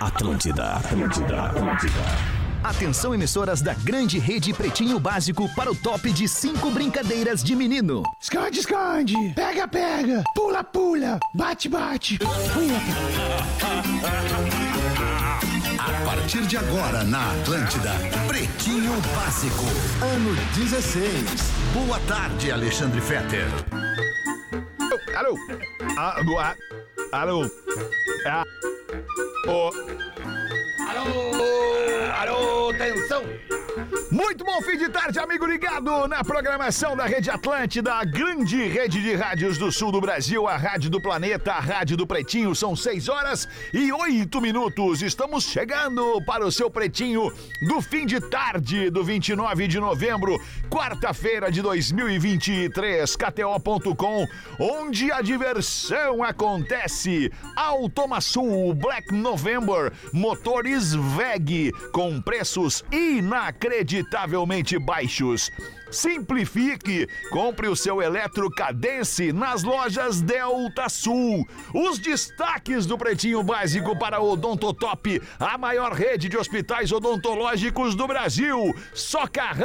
Atlântida, Atlântida, Atlântida. Atenção, emissoras da grande rede Pretinho Básico para o top de cinco brincadeiras de menino. Esconde, esconde. Pega, pega. Pula, pula. Bate, bate. A partir de agora na Atlântida, Pretinho Básico, ano 16. Boa tarde, Alexandre Fetter. Alô? Ah, boa. Alô? Ah. Ô. Alô? Alô, atenção! Muito bom fim de tarde, amigo ligado na programação da Rede Atlântida, a grande rede de rádios do sul do Brasil, a rádio do planeta, a rádio do Pretinho. São 6 horas e 8 minutos. Estamos chegando para o seu Pretinho do fim de tarde do 29 de novembro, quarta-feira de 2023, KTO.com, onde a diversão acontece. Automaçul Black November, motores VEG com preços inacreditáveis inacreditavelmente baixos. Simplifique, compre o seu Eletro Cadence nas lojas Delta Sul. Os destaques do Pretinho Básico para Odontotop, a maior rede de hospitais odontológicos do Brasil.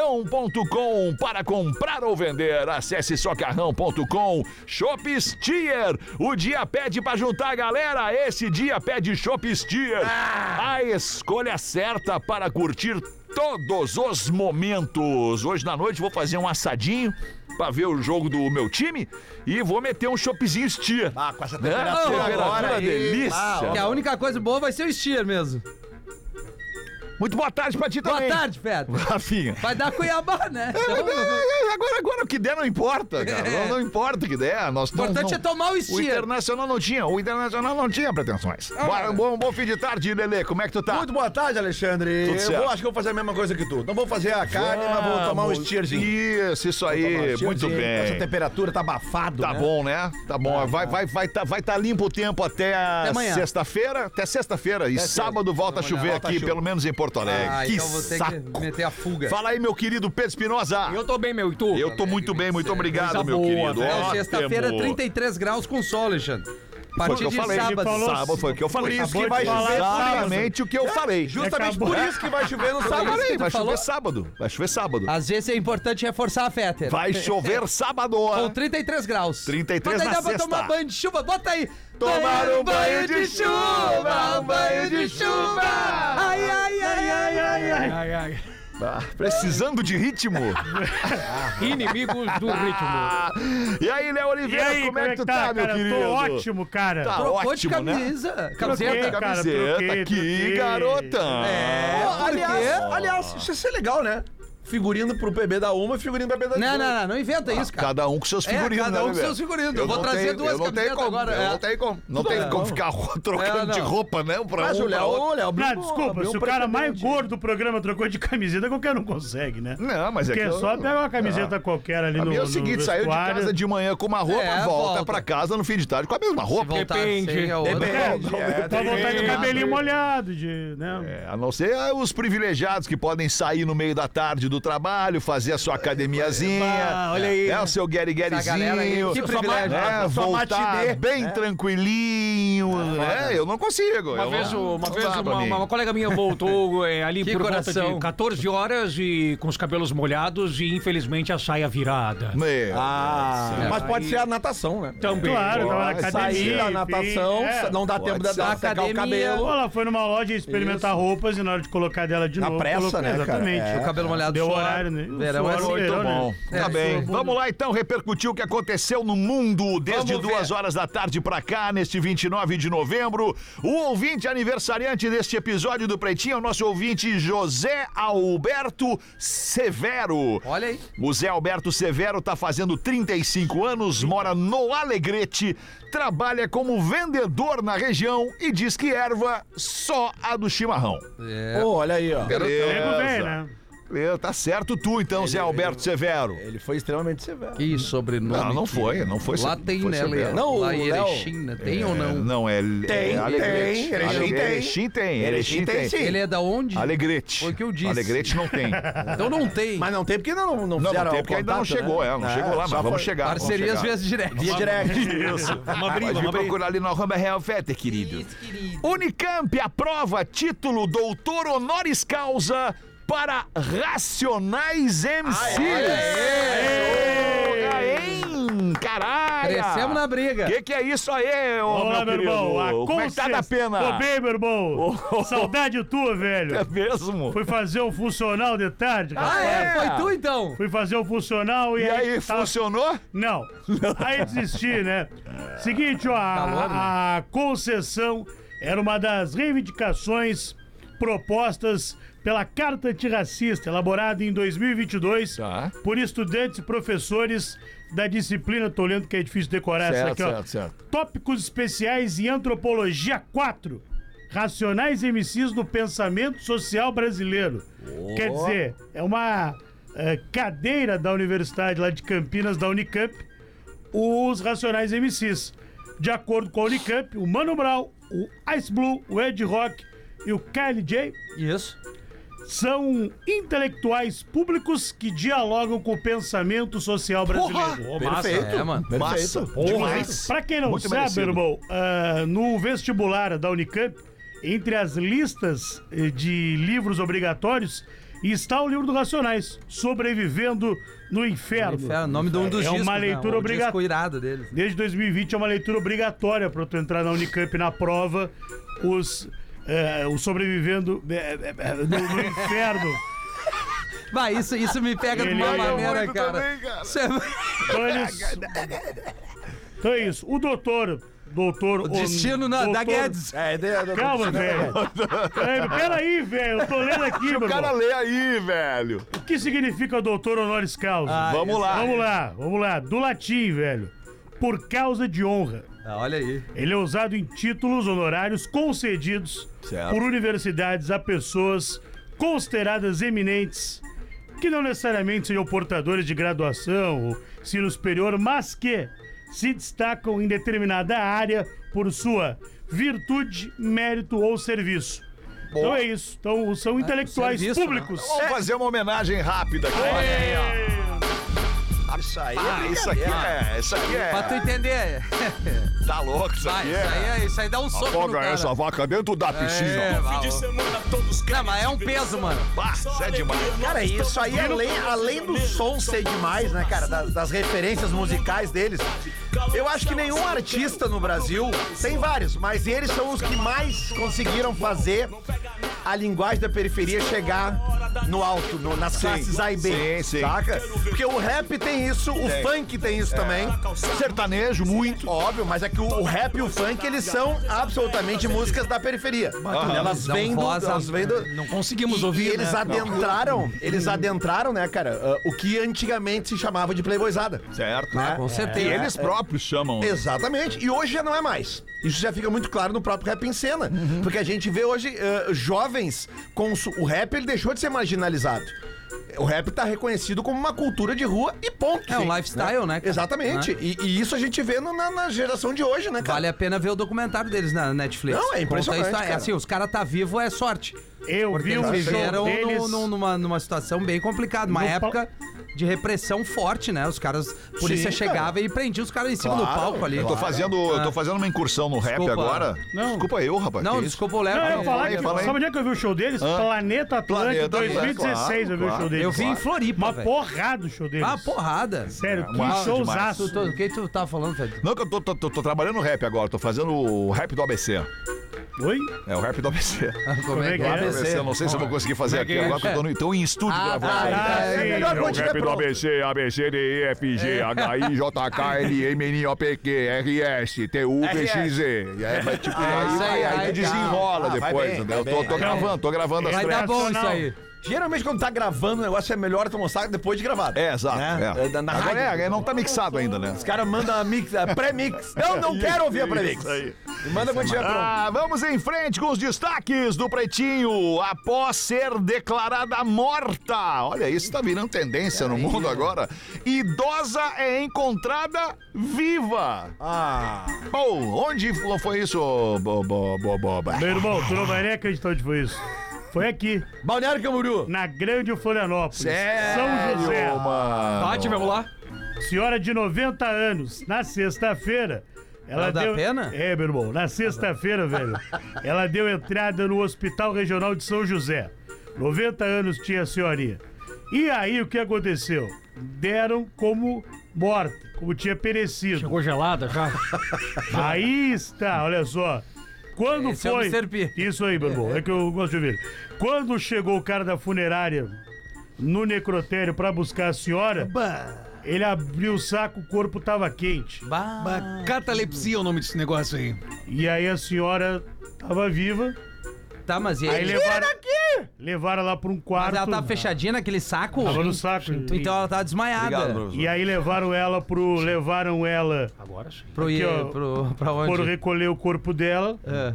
Socarrão.com para comprar ou vender. Acesse socarrão.com. Shop Steer, o dia pede para juntar a galera. Esse dia pede Shop Steer. Ah! A escolha certa para curtir todos os momentos. Hoje na noite vou fazer um assadinho pra ver o jogo do meu time e vou meter um choppzinho steer. Ah, com essa Né? temperatura agora Temperatura aí. delícia. Ah, Que É, a única coisa boa vai ser o Steer mesmo. Muito boa tarde pra ti Boa também. tarde, Pedro. Rafinha. Vai dar Cuiabá, né? Então, o É, Agora, agora o que der não importa, É. cara. Não, não importa o que der. Nós não- importante não- é tomar o O Steer. Internacional não tinha, o Internacional não tinha pretensões. Bora, bom, bom fim de tarde, Lelê. Como é que tu tá? Ah, é. Muito boa tarde, Alexandre. Tudo eu certo. vou, acho que eu vou fazer a mesma coisa que tu. Não vou fazer a carne, mas vou tomar um Vamos. steerzinho. Isso, isso Vou tomar um aí. steerzinho. Muito Essa bem. temperatura tá abafado, Tá né? bom, né? Tá bom. vai, vai, vai, tá, vai tá limpo o tempo até, a amanhã. sexta-feira. Até sexta-feira. E sábado volta a chover Volta a aqui, chuva. pelo menos em Porto Alegre. Ah, que então vou ter saco. que meter a fuga. Fala aí, meu querido Pedro Espinosa. Eu tô bem, meu, e tu? Eu tô muito bem, muito obrigado, Coisa meu boa, querido. velho. Ótimo. É, Sexta-feira, 33 graus com sol, Alexandre. A Foi o que partir eu de falei. sábado. Sábado foi o que eu falei. isso que vai Acabou de chover falar. sábado. É, Exatamente o que eu falei. Justamente por isso que vai chover no Sábado sábado. isso que aí, tu vai chover falou. sábado. Vai chover sábado. Às vezes é importante reforçar a Fetter. Vai chover sábado. Com 33 graus. 33 Mas aí na dá pra sexta. tomar banho de chuva. Bota aí. Tomar um banho de chuva, um banho de chuva. Ai, ai, ai, ai, ai, ai. Ai, ai. Ah, precisando de ritmo. Inimigos do ritmo. Ah, e aí, Léo E Oliveira, aí, como é que tu tá, meu cara? querido? Tô ótimo, cara. Tá Trocou de ótimo, né? camisa. Troquei, Camiseta. cara, Camiseta, troquei, que troquei. garota! É, Ó, por aliás, quê? aliás, isso ia ser legal, né? Figurino pro PB da uma e figurino pra PB da Não, outra. não, não. Não inventa isso, cara. Cada um com seus figurinos, é, cada um né, com Lelê? seus figurinos. Eu Eu vou não trazer tenho- duas eu não tenho camisetas como, agora. eu é. não tenho como, não tem como ficar ro- trocando É, não. de roupa, né? Um pra Mas um, o pra Léo, outro. o Léo, Não, abriu- desculpa, abriu se o um cara mais precedente. gordo do programa trocou de camiseta, qualquer um consegue, né? Não, mas é Porque que é eu- só pegar uma camiseta qualquer ali A no minha é o no seguinte, saiu de vestuário. casa de manhã com uma roupa, É, volta, volta. pra casa no fim de tarde com um a mesma roupa. Voltar Depende, sem a outra. Depende, É, é, pra voltar depende. de cabelinho molhado, de, né? né? É, a não ser ah, os privilegiados que podem sair no meio da tarde do trabalho, fazer a É, sua academiazinha, Ah, olha aí. né, o seu gueri Essa galera aí, guerizinho, que privilégio. né, Sua matinê, voltar né? bem tranquilinho, É né? Eu não consigo. Uma eu vez, não, uma, não vez dá pra uma, mim. uma colega minha voltou é, ali Que por volta coração. de 14 horas e com os cabelos molhados e infelizmente a saia virada. Meu, Ah, mas pode ser a natação, né? Então, Também. Claro, tava na Nossa, Sair academia. da enfim, natação, é. sa- não dá tempo de Pode dar- ser. secar o Academia. cabelo. Ela foi numa loja experimentar roupas e na hora de colocar dela de Na novo. pressa, colocou- né, cara? Exatamente. É. O cabelo molhado Deu suor. horário, né? Verão é Suor, assim. Muito verão, bom. né? Tá É, bem. sua bunda. Vamos lá então repercutir o que aconteceu no mundo desde duas horas da tarde pra cá, neste 29 de novembro. O ouvinte aniversariante deste episódio do Pretinho é o nosso ouvinte José Alberto Severo. Olha aí. O Zé Alberto Severo está fazendo 35 anos, mora no Alegrete, trabalha como vendedor na região e diz que erva só a do chimarrão. É, Pô, olha aí, ó. Pego bem, né? Eu- Tá certo tu, então, é Zé Alberto Severo. Ele foi extremamente severo. Que sobrenome. Não, não que- foi, não foi Lá se- tem, foi né, severo. Léo? Não, o Lá em Léo- Erechim, né? Tem ou É, não? Não, é. Tem, é Alegrete. tem, Erechim Ale- tem. Erechim tem. Erechim Erechim tem, tem. sim. Ele é da onde? Alegrete. Foi o que eu disse. Alegrete não tem. Então não tem. Mas não tem porque não, não, Não, fizeram não tem o porque ainda não contato, chegou, né? é. Não chegou lá, mas só vamos foi chegar. vamos Parcerias chegar. vezes direto. Via direct. Vamos abrir, Pode vamos vir abrir. procurar ali na Ramba Real Fetter, querido. Unicamp aprova título doutor honoris causa para Racionais MCs. Aê! Aê! Caralho! Crescemos na briga. O que, que é isso aí, ô, Olá, meu meu, querido? irmão. A Como é que tá da consciência- pena? Tô bem, meu irmão. Ô, ô, ô. Saudade tua, velho. É mesmo? Fui fazer um funcional de tarde, Ah, rapaz. é? Foi tu então? Fui fazer um funcional e, E aí, tava- funcionou? Não. Aí desisti, né? Seguinte, ó, a, louco, né? a concessão era uma das reivindicações propostas pela Carta Antirracista, elaborada em 2022 Tá. por estudantes e professores da disciplina. Tô lendo que é difícil decorar essa Certo, aqui, ó. certo, certo. Tópicos especiais em Antropologia 4. Racionais MCs no pensamento social brasileiro. Quer dizer, é uma eh, cadeira da universidade lá de Campinas, da Unicamp, os Racionais MCs. De acordo com a Unicamp, o Mano Brown, o Ice Blue, o Ed Rock e o Kylie J Isso. são intelectuais públicos que dialogam com o pensamento social brasileiro. Perfeito. É, mano. Perfeito. Inclusive, Pra quem não Muito sabe, merecido. irmão, ah, no vestibular da Unicamp, entre as listas eh, de livros obrigatórios, está o livro do Racionais, Sobrevivendo no Inferno. Inferno, nome de um dos É discos. uma né? leitura O disco obrigatória. irado deles. Desde 2020 é uma leitura obrigatória para tu entrar na Unicamp na prova. Os, eh, o sobrevivendo eh, eh, eh, no, no inferno. Bah, isso, isso me pega de Ele é uma olhou maneira, muito cara. também, cara. Isso é- Então, eles- então é isso. O doutor. Doutor. O destino na, da doutor- Guedes. É, de- de- Calma, velho. É, Peraí, velho. Eu tô lendo aqui, meu O cara irmão. lê aí, velho. O que significa doutor honoris causa? Ah, Vamos lá. é. Vamos lá, vamos lá. Do latim, velho. Por causa de honra. Ah, olha aí. Ele é usado em títulos honorários concedidos Certo. por universidades a pessoas consideradas eminentes, que não necessariamente sejam portadores de graduação ou ensino superior, mas que se destacam em determinada área por sua virtude, mérito ou serviço. Então é isso. Então são intelectuais Ah, serviço, né? públicos. Vamos fazer uma homenagem rápida aqui. Olha aí, ó. Isso aí. Ah, isso aqui é. Isso aqui Pra tu é. entender. Tá louco, isso Vai, aqui isso aí, é. é- isso aí dá um soco no Afoga cara. essa vaca dentro da piscina. É, vai, Ah, ó. Não, mas é um peso, mano. Bah, isso é demais. Cara, isso aí, além, além do som ser demais, né, cara, das, das referências musicais deles, eu acho que nenhum artista no Brasil, tem vários, mas eles são os que mais conseguiram fazer a linguagem da periferia chegar no alto, no- nas classes A e B, sim, sim. saca? Porque o rap tem É. isso, o funk tem isso também. Sertanejo, muito. Óbvio, mas é que o, o rap e o funk, eles são absolutamente músicas da periferia. Elas Dão vêm do, voz a- elas vêm do, um Não conseguimos e, ouvir, e eles né? adentraram, eles adentraram, né, cara, ah, o que antigamente se chamava de playboyzada. Certo. Né? Com certeza. E eles próprios chamam. Exatamente. E hoje já não é mais. Isso já fica muito claro no próprio rap em cena. Uhum. Porque a gente vê hoje ah, jovens com su- o rap, ele deixou de ser marginalizado. O rap tá reconhecido como uma cultura de rua e ponto. É um Sim. lifestyle, né, cara? Exatamente. E, e isso a gente vê no- na, na geração de hoje, né, cara? Vale a pena ver o documentário deles na Netflix. Não, é Conta a impressionante, história. É cara. assim, os caras tá vivo é sorte. Eu Porque vi eles um viveram show no- deles. no- numa, numa situação bem complicada, uma No pal- época de repressão forte, né? Os caras, a polícia Sim, chegava e prendia os caras em cima do Claro, palco ali. Eu tô fazendo, eu tô fazendo uma incursão no rap Desculpa. agora. Não. Desculpa eu, rapaz. Não, que desculpa o Léo. Não, eu cara. ia falar que. fala aí. Sabe onde é que eu vi o show deles? Hã? Planeta Atlântico Planeta Atlântico, 2016 eu vi o claro, show deles. Eu vi em Floripa, Uma velho. porrada o show deles. Ah, porrada. Sério, Uau, que Tu- showzaço. tu- O que tu tá falando, velho? Não, que eu tô, tô- tô- tô trabalhando no rap agora, tô fazendo o rap do ABC. Oi? É o rap do ABC. Como é que é? é? ABC, eu não sei se eu vou conseguir fazer aqui agora, é que eu tô no, tô em estúdio Ah, gravando. tá, Ah, tá, sim. é melhor. Melhor quando tiver pronto. ABC, ABC, D, E, F, G, H, I, J, K, L, M, N, O, P, Q, R, S, T, U, V, X, Z. É, mas, tipo, Ah, aí, isso aí, vai, aí vai, desenrola tá. Ah, vai depois, bem, entendeu? vai Eu tô, bem, É, tô vai gravando, tô gravando as Vai tracks. dar bom isso aí. Geralmente quando tá gravando o negócio é melhor tu mostrar depois de gravado. É, exato. Né? É. É, da- na Agora rádio. é, é, não tá mixado ainda, né? Os caras mandam a mix, a pré-mix. Eu não quero ouvir a pré-mix. Isso aí. Me Manda quando tiver pronto. Ah, vamos em frente com os destaques do Pretinho. Após ser declarada morta. Olha, isso tá virando tendência no mundo agora. Idosa é encontrada viva. Ah, Bom, onde foi isso, bo- bo- bo- Boba? Meu irmão, tu não vai nem acreditar onde foi isso. Foi aqui, Balneário Camboriú. na Grande Florianópolis. São Sério, José. mano? Tati, vamos lá. Senhora de 90 anos, na sexta-feira. Ela Ela dá deu... pena? É, meu irmão, na sexta-feira, velho, ela deu entrada no Hospital Regional de São José. 90 anos tinha a senhoria. E aí, o que aconteceu? Deram como morta, como tinha perecido. Chegou gelada já. Aí está, olha só. Quando Esse é o foi. Mr. P. Isso aí, meu irmão. É que eu gosto de ouvir. Quando chegou o cara da funerária no necrotério pra buscar a senhora, ele abriu o saco, o corpo tava quente. Bah. Catalepsia é o nome desse negócio aí. E aí a senhora tava viva. Tá, mas e Aí aí? levaram. Levaram ela pra um quarto. Mas ela tava fechadinha naquele saco? Tava no saco. Então ela tava desmaiada. E aí levaram ela pro. Levaram ela Tá Agora sim. pro, Aqui, ó. pro, pra onde? por recolher o corpo dela. É.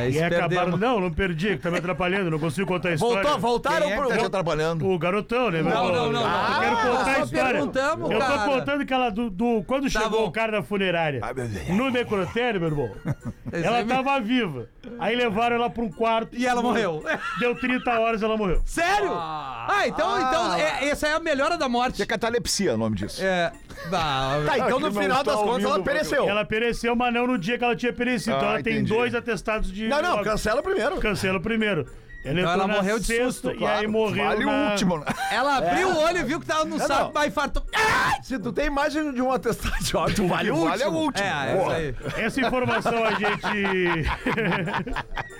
Aí E se aí acabaram. perdemos. Não, não perdi, que tá me atrapalhando, não consigo contar a história. Voltou, voltaram Quem é que pro. tá te atrapalhando? O garotão, né? meu Não, irmão? não, não, não. Eu Ah, quero contar a só história. perguntamos, Eu tô cara. Tá contando que ela, do, do- quando chegou bom. o cara da funerária no necrotério, meu irmão, Esse ela aí me- tava viva. Aí levaram ela pra um quarto. E ela morreu. Deu 30 horas e ela morreu. Sério? Ah, então, então é- essa é a melhora da morte. É catalepsia o nome disso. É. Bah, Tá, então no Aqui não final tá das contas ela ouvindo, pereceu. Ela pereceu, mas não no dia que ela tinha perecido. então Ah, ela tem entendi. dois atestados de. Não, não, cancela primeiro. Cancela o primeiro. Ela, Então entrou ela na morreu de sexta susto, E aí claro. morreu. Vale na- o último. né? ela abriu o olho e viu que tava no saco, não. mas infartou. Se tu tem imagem de um atestado de óbito, vale o último. Vale o É, último. essa Porra. aí. Essa informação a gente.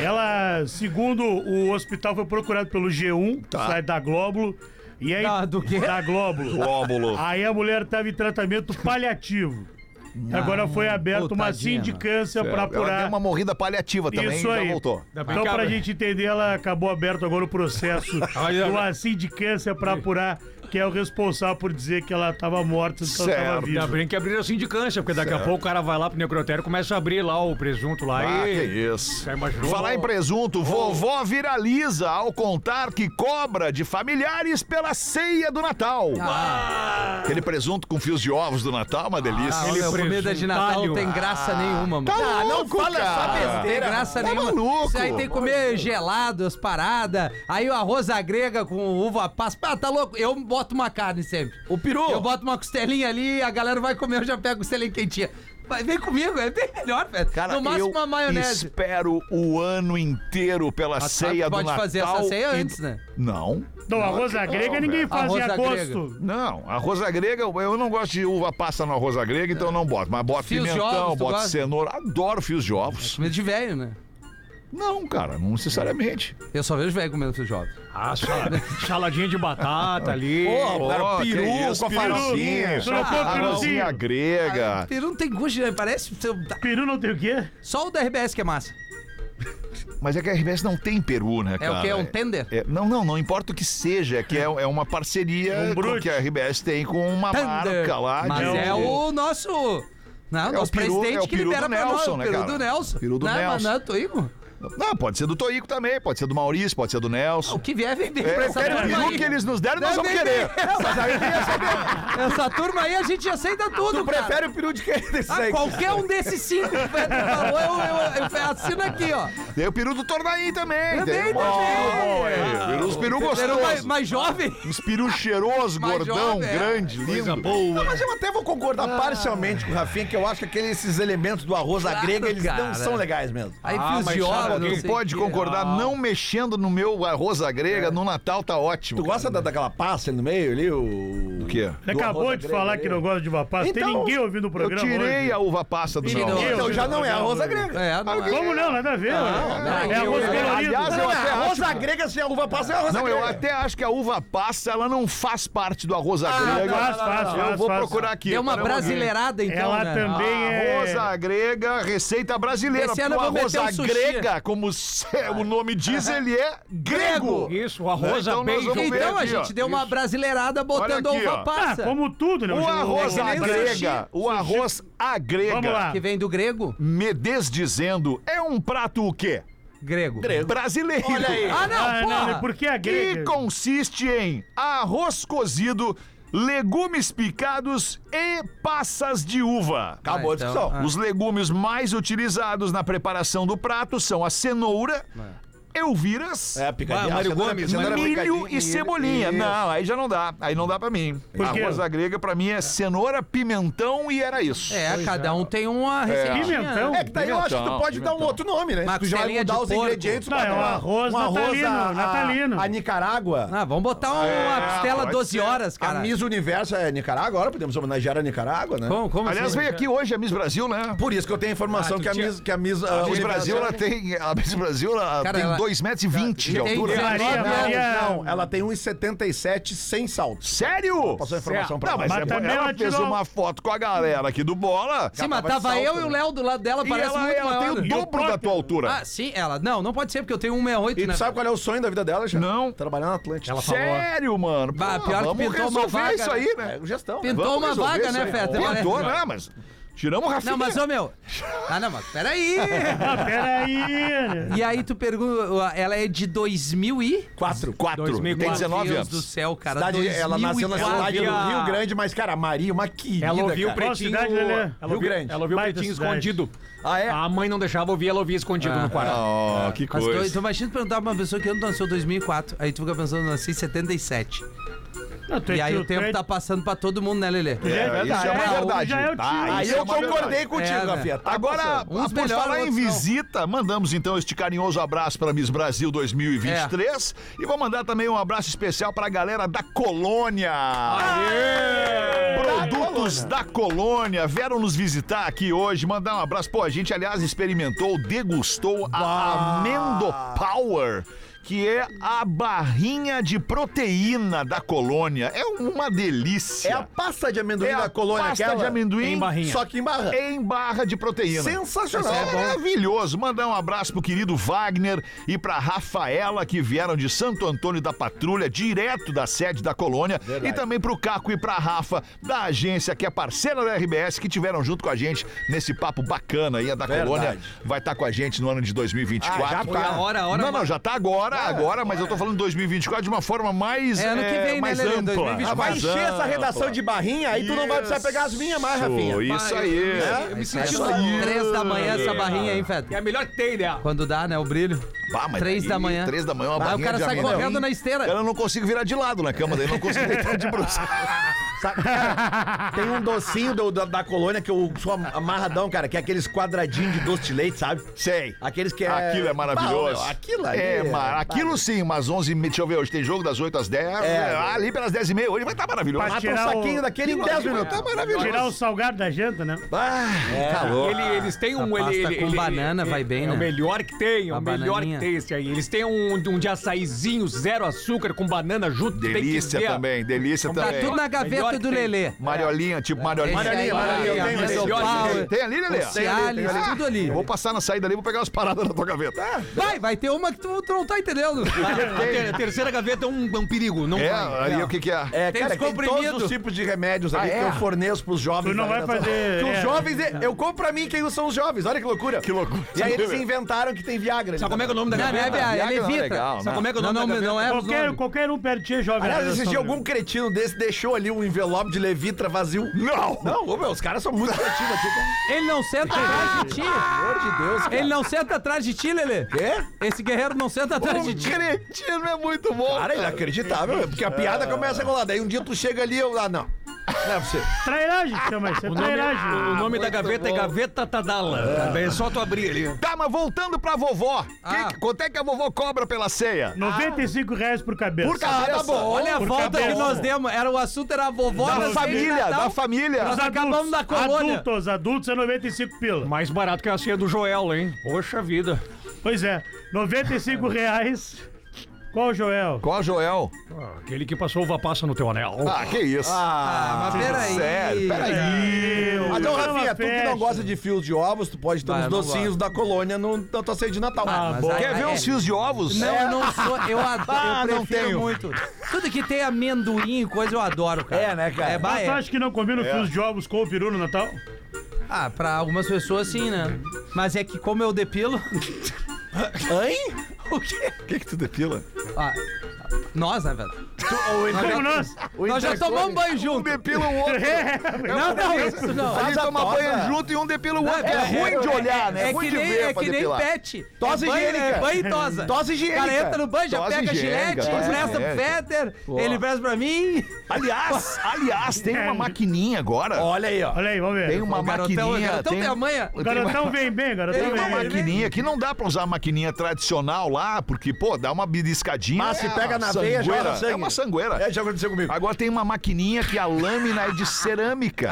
Ela, segundo o hospital, foi procurado pelo G1, Tá. sai da Glóbulo. E aí, Da- do quê? Da Glóbulo. Glóbulo. Aí a mulher estava em tratamento paliativo. Agora foi aberta Pô, uma tadinha, sindicância para É, Ela apurar. deu uma morrida paliativa também e Isso já aí. voltou. Então, pra gente entender, ela acabou aberto agora o processo de uma sindicância pra apurar que é o responsável por dizer que ela tava morta, então ela tava Certo. Ainda viva. Tá, bem que abriram a sindicância, porque daqui a pouco o cara vai lá pro necrotério e começa a abrir lá o presunto lá Ah, que e. isso. Já imaginou? Oh. Falar em presunto, vovó viraliza ao contar que cobra de familiares pela ceia do Natal. Ah, Aquele presunto com fios de ovos do Natal, é uma delícia. Ah, Ele olha, comida de Natal não tem presuntalho. graça Ah. nenhuma, mano. Tá não louco, fala essa cara. Não tem besteira. graça Tá nenhuma. maluco? Isso aí tem que comer gelado, as paradas. Aí o arroz à grega com uva passa. Ah, tá louco? Eu boto uma carne sempre. O peru. Eu boto uma costelinha ali, a galera vai comer, eu já pego costelinha quentinha. Mas vem comigo, é bem melhor, velho. Cara, no máximo eu uma maionese. espero o ano inteiro pela Mas sabe ceia que do pode Natal. fazer essa ceia e- antes, né? Não. Não, arroz à grega ninguém velho. faz em Arroz à agosto. Não, arroz à grega, eu não gosto de uva passa no arroz à grega, então eu não boto. Mas boto Fios de pimentão, ovos, tu boto gosta? cenoura, adoro fios de ovos. Comida de velho, né? Não, cara, não necessariamente. Eu só vejo velho comendo seus jovens. Ah, sal- saladinha de batata ali. Porra, o cara, Ó, peru que isso, com a farofinha. Tu não põe Ah, peruzinho. Cozinha grega. Peru não tem gosto, né? Parece. seu- tá- Peru não tem o quê? Só o da RBS que é massa. Mas é que a RBS não tem peru, né, É cara? o que? É um tender? É- não, não, não importa o que seja, é que é, é uma parceria Um brute. que a RBS tem com uma marca lá. Mas de- é o nosso. Não, o nosso peru- presidente é o que peru libera do pra nós. Nelson, O né, peru cara? do Nelson. Peru do não, Mas Nelson. não é Toigo? Não, pode ser do Toico também, pode ser do Maurício, pode ser do Nelson. O que vier vem bem pra É, essa o turma peru aí. que eles nos deram, nós Vem, vamos vem, querer. vem. Essa turma aí a gente aceita Tu tudo, cara. prefere o peru de quem desses Ah, aí? qualquer um desses cinco que o Pedro falou, eu, eu, eu, assino aqui, ó. Tem o peru do Tornaí também. Também, tem. também. Oh, é, peru- Os peru Peru mais, gostosos. mais jovem. Os peru cheiroso, é mais gordão, jovem, é. grande, lindo. Não, mas eu até vou concordar Ah. parcialmente com o Rafinha, que eu acho que aqueles esses elementos do arroz à Claro, grega, eles cara. não são legais mesmo. Aí Ah, fios mas de sabe obra, alguém não Tu sei pode o quê. concordar, não mexendo no meu arroz à grega, no Natal tá ótimo. Tu gosta da- daquela pasta ali no meio ali? O... O quê? Acabou arroz de à grega falar ali. que não gosta de vapaz. tem Então, ninguém ouvindo o Eu programa. tirei hoje. a uva passa do meu Tirou. arroz. Então já não é arroz à grega. É, não é. Como não? Nada a ver. não, velho. é eu- arroz eu- colorido. aliás, eu- Não, até arroz acho- à grega sem a uva passa é arroz à Não, grega. eu até acho que a uva passa, ela não faz parte do arroz à grega. faz, faz, Eu faz, vou faz. procurar aqui. Deu uma Pera, eu vou ver. brasileirada, então, Ela né? também é. Arroz à grega, receita brasileira. Esse Porque ano o eu vou arroz meter um à sushi. grega, Agora, como se- o nome diz, ele é grego. Isso, o arroz Então a nós bacon. vamos ver Então a aqui, ó. gente deu uma brasileirada botando Olha aqui, a uva ó. Ah, passa. como tudo, né? O arroz é à que nem grega. O arroz à grega. Vamos lá. Que vem do grego? Me desdizendo, é um prato o quê? Grego. Brasileiro. Olha aí. Ah, não, Ah, porra! não, porque a que grega... consiste em arroz cozido, legumes picados e passas de uva. Acabou a então, discussão. ah. Os legumes mais utilizados na preparação do prato são a cenoura, elviras, É, picadinha. Ah, Mário Gomes, cenoura milho picadinha, e cebolinha. isso. Não, aí já não dá. Aí não dá pra mim. Por quê? Arroz à grega pra mim é cenoura, pimentão e era isso. É, cada um tem É. uma receitinha. Pimentão? né? É que daí eu acho que tu pode dar um outro nome, né? Mas tu já vai costelinha mudar de os porco. ingredientes. Não, bota é um lá. arroz natalino, a- a- natalino. A, Nicarágua. Ah, vamos botar uma É, costela pode 12 ser. horas, a cara. Miss Universo é Nicarágua agora? Podemos homenagear a Nicarágua, né? Como, como Aliás, assim? veio aqui hoje a Miss Brasil, né? Por isso que eu tenho a informação Ah, tu que a tinha- Miss... Que a Miss, A Miss Universo- Brasil, ela tem. A Miss Brasil, ela Cara, ela- tem 2,20 metros e vinte de tem altura. é, dezessete Maria, anos. Maria... Não, ela tem 1,77 sem salto. Sério? Passou a informação pra Não, mas, nós. Mas é- também ela ela fez tirou- uma foto com a galera aqui do Bola. Sim, tava mas de tava salto, eu e né? o Léo do lado dela, E parece ela, muito ela tem maior. o né? dobro da tua altura. Ah, sim, ela. Não, não pode ser, porque eu tenho 168, E né? tu sabe qual é o sonho da vida dela, já? Não. Trabalhar na Atlântica. Ela falou. Sério, mano? Bah, Pô, pior que vamos pintou uma resolver vaga, isso aí, né? É gestão. né? Pintou Vamos uma resolver vaga, isso né, aí. Feta? Pintou, Olha. né? Mas tiramos o Rafinha. Não, mas, ô meu. Ah, não, mas peraí. Ah, peraí, né? E aí tu pergunta, ela é de 2000 e... Quatro. Quatro. 2004. Tem 19 Deus anos. do céu, cara. Cidade- ela nasceu na 2004. cidade do Ela Rio via- Grande, mas, cara, a Maria, uma querida, Ela ouviu o cara. Qual pretinho. cidade, Lelê? ela Rio ouviu- Grande. Ela ouviu o Baita pretinho cidade. escondido. Ah, é? A mãe não deixava ouvir, ela ouvia escondido no quarto. Ah, que Mas tu, tu coisa. imagina perguntar pra uma pessoa que ano nasceu em 2004, aí tu fica pensando, nasci em 77. Não, tu é E aí tio- o tempo tu é- tá passando pra todo mundo, né, Lelê? É, isso é já uma é o- verdade. já é o Ah, tio. isso Aí é eu uma verdade. concordei contigo, É, né? Rafinha. Tá Agora, passando. Uns por melhor, falar em outros não. visita, mandamos então este carinhoso abraço para Miss Brasil 2023 É. e vou mandar também um abraço especial para a galera da Colônia. Produtos da Colônia vieram nos visitar aqui hoje, mandar um abraço. Pô, a gente, aliás, experimentou, degustou a Amendo Power. Que é a barrinha de proteína da colônia. É uma delícia. é a pasta de amendoim É a da colônia, pasta aquela. de amendoim Em barrinha. Só que em barra. em barra de proteína. Sensacional. É maravilhoso. Mandar um abraço pro querido Wagner e pra Rafaela, que vieram de Santo Antônio da Patrulha, direto da sede da colônia. E também pro Caco e pra Rafa, da agência, que é parceira da RBS, que tiveram junto com a gente nesse papo bacana aí. A da Verdade. colônia vai estar com a gente no ano de 2024. Ah, já Foi a hora, a hora. Não, não, já tá agora, Ah, agora, mas eu é. tô falando 2024 de uma forma mais, É, ano que eh, vem, né, mais Lelê? ampla. 2024. Ah, vai Mais encher essa ampla. redação de barrinha, aí tu não vai precisar pegar as minhas mais, Rafinha. Isso aí. Eu me senti isso umas é aí. três da manhã essa barrinha, hein, É Feta? a melhor que tem, né? Quando dá, né, o brilho. Bah, mas Três daí, da manhã. Três da manhã, uma Aí o barrinha cara de sai amendoim. correndo na esteira. Ela não consigo virar de lado na cama, daí não consigo deitar de bruxo. Sabe, cara, tem um docinho do- da, da colônia que eu sou amarradão, cara, que é aqueles quadradinhos de doce de leite, sabe? Sei. Aqueles que é. Aquilo é maravilhoso. Pau, meu, aquilo ali. É, mar... Aquilo Pau. sim, mas 11 h Deixa eu ver, hoje tem jogo das 8 às 10. É. ali pelas 10 e meia. Hoje vai estar maravilhoso. Mas Mata um tirar o- saquinho daquele em 10 minutos. Tá maravilhoso. Tirar o salgado da janta, né? Ah, calor. Ele- eles têm um. Essa ele, pasta ele- com ele- banana vai bem, é né? o melhor que tem, é Uma o melhor bananinha. que tem esse aí. Eles têm um, um de açaizinho, zero açúcar, com banana junto. tem que Delícia ver. também, delícia Tá Tá também. tudo na Melhor gaveta que do tem. Lelê. Mariolinha, tipo Mariolinha. Mariolinha, Mariolinha, eu tenho, Amendoim, melhor que Power, Tem ali, Lelê? Cialis, Ah, tudo ali. Vou passar na saída ali, vou pegar umas paradas na tua gaveta. Vai, vai ter uma que tu, tu não tá entendendo. A, ter- a terceira gaveta é um, é um perigo, não É, vai. ali o que que é? É, Tem cara, tem descomprimido. todos os tipos de remédios ali Ah, é? que eu forneço pros jovens. Tu não da vai redação. fazer- Que os é. jovens. Eu compro pra mim quem são os jovens. Olha que loucura. Que loucura. E aí eles inventaram que tem Viagra. né? Sabe como é que é o nome da Não, não é gaveta? Bia, é Viagra não é legal, Levitra. né? Sabe como é que é o Não, nome não, da não é gaveta? Qualquer, qualquer um perde tinha jovem. Aliás, na esse redação, dia né? algum cretino desse deixou ali um envelope de Levitra vazio. Não! Não, ô, meu, os caras são muito cretinos aqui. cara. Ele não senta atrás de ti. Pelo amor de Deus, cara. Ele não senta atrás de ti, Lelê. Quê? Esse guerreiro não senta atrás de Um ti. cretino é muito bom. Cara, é inacreditável, é porque a piada começa a rolar. Daí um dia tu chega ali e eu. Ah, não. Não é você. Trairagem que chama isso, é O nome, trairagem. o Ah, nome da gaveta é Gaveta Tadala. É só tu abrir ali. Tá, mas voltando pra vovó. Ah. Que- quanto é que a vovó cobra pela ceia? 95 reais por cabeça. Por cabeça. tá bom. Olha a Por volta que cabeça. nós demos. Era, o assunto era a vovó Da na ceia de família, Natal. da família. Nós Os acabamos da colônia. Adultos, adultos é 95 pila. Mais barato que a ceia do Joel, hein? Poxa vida. Pois é, 95 reais Qual, Joel? Qual, Joel? Ah, Aquele que passou uva passa no teu anel. Ah, que isso. Ah, mas peraí. Sério, peraí. Eu, Então, Rafinha, tu que é festa. não gosta de fios de ovos, tu pode ter Vai, uns eu não docinhos da colônia no, na tua ceia de Natal. Ah, mas aí- Quer ver aí- uns fios de ovos? Não, eu não sou. Eu adoro. Ah, eu não prefiro tenho. muito. Tudo que tem amendoim e coisa eu adoro, cara. É, né, cara? É, bah, Mas tá tu é. acha que não combina os fios de ovos com o peru no Natal? Ah, pra algumas pessoas sim, né? Mas é que como eu depilo. Hein? o quê? O que que tu depila? Ah, nós, né, velho? Como nós? Nós já tomamos banho Um junto. depila o outro. É. Não, não, isso não. Ah, A gente toma tosa. banho junto e um depila o outro. É, ruim de olhar, né? É ruim que de nem, ver é pra que nem depilar. pet. Tosa é banho, higiênica. É banho e tosa. Tosa higiênica. O cara entra no banho, já Tosa pega a higiênica, gilete, tosa empresta pro higiênica. Fetter, ele empresta pra mim. Aliás, aliás, tem uma maquininha agora. Olha aí, ó. Olha aí, vamos ver. Tem uma O garotão- maquininha. o garotão tem tem a manha. tem Garotão vem bem, garotão Tem vem uma, bem. uma maquininha que não dá pra usar a maquininha tradicional lá, porque, pô, dá uma beliscadinha. Mas se uma pega na veia, joga sangueira. sangue. É uma sangueira. É, já aconteceu comigo. Agora tem uma maquininha que a lâmina é de cerâmica.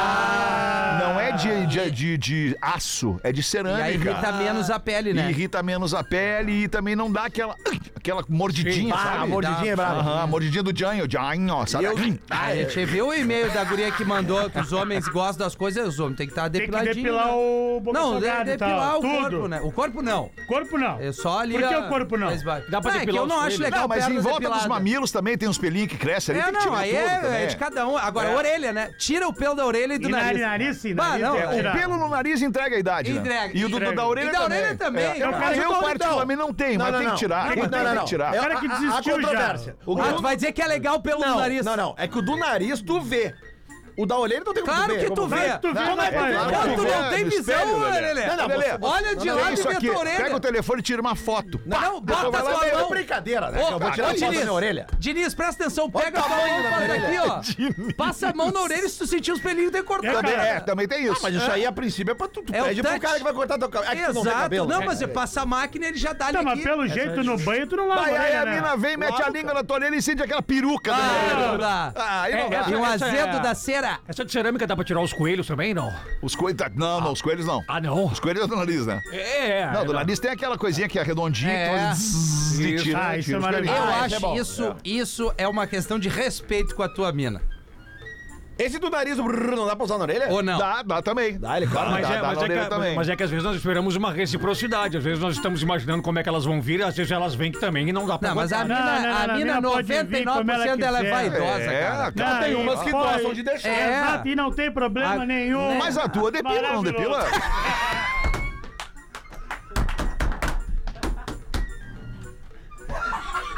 Ah! Não é de, de, de, de aço, é de E cerâmica. aí irrita menos a pele, E né? irrita menos a pele e também não dá aquela, aquela mordidinha, Ah, sabe? a mordidinha é brava. Aham, a mordidinha do Janho, Janho, ó, sabe? Ah, A é. gente viu o e-mail da guria que mandou que os homens gostam das coisas, os homens têm que estar Tem que depiladinhos. depilar o boca Não, de- salgada e tal. depilar o Tudo. corpo, né? O corpo não. Corpo não. É só ali. Por que a- o corpo não? mais baixo. Dá pra Ah, é que depilar eu os não acho coelhos. legal Não, mas em perna volta depilada. dos mamilos também tem uns pelinhos que crescem ali, É, tem que não, tirar aí tudo é, também. é de cada um. Agora, orelha, né? Tira o pelo da orelha e do E nariz. nariz, nariz, sim, Bah, nariz não, tem é. que tirar. Pelo no nariz entrega a idade. né? Entrega. Então, E o do, Entrega. da orelha E da também. orelha também, É. cara. Eu, Eu eu tô- particularmente não tenho, mas tem que tirar. Tem, tem que tirar. É O cara que a- a- a desistiu já. controvérsia. O Ah, que- tu vai dizer que é legal pelo do Não, nariz. não, não. É que o do nariz tu vê. O da orelha não tem como Claro ver. que tu Como vê. Tu vê, Não, né, é pai? claro. Não, Não, tu vê não no tem visão, espelho, Lelê. Lelê. Não, não, Lelê, Olha de Tem lado e isso vê a aqui. tua orelha. Pega o telefone e tira uma foto. Não, não, bota Mas a é tua meio mão. brincadeira, né? Ô, que eu vou tirar ô, foto da Diniz. minha orelha. Diniz, presta atenção, pega a tua tamanho da mão orelha. aqui, ó. Passa a mão na orelha e se tu sentir os pelinhos, tem que cortar. Também, cara. é, também tem isso. Mas isso aí, a princípio, é pra tu. tu É o pede pro touch. cara que vai cortar teu cabelo. É que tu não tem Exato. cabelo. Não, né? mas você passa a máquina e ele já dá ali Não, Tá, mas aqui. pelo jeito no banho tu não lava é a Aí, aí orelha, a né? mina vem, mete a língua na tua orelha e sente aquela peruca. né? Ah, não dá. Ah, aí não É, dá. E um Essa é- ah. azedo da cera. Essa de cerâmica dá pra tirar os coelhos também, não? Os coelhos. tá- Não, não, os coelhos não. Ah, não. Os coelhos é do nariz, né? É, é. Não, do nariz tem aquela coisinha que é redondinha, É. então zzz, né? e tira, Ah, tira isso é os maravilhoso. Eu pelinhos. esse é acho bom. isso, isso é uma questão de respeito com a tua mina. Esse do nariz, brrr, não É, dá pra usar na orelha? Ou não? Dá, dá também. Dá, ele corta. Mas Dá- é, dá mas, na é que, orelha mas- também. mas é que às vezes nós esperamos uma reciprocidade. Às vezes nós estamos imaginando como é que elas vão vir, às vezes elas vêm que também e não dá pra né? Não, mas a aguentar. Não, mina, não, não, a não, a mina mina pode vir 99% como dela ela é quiser. vaidosa, É, cara. cara. tem e- umas que pô, gostam de né? deixar. É. Exato, e não tem problema Ah, nenhum. Mas Tá, a é tua depila, não depila? Maravilhoso.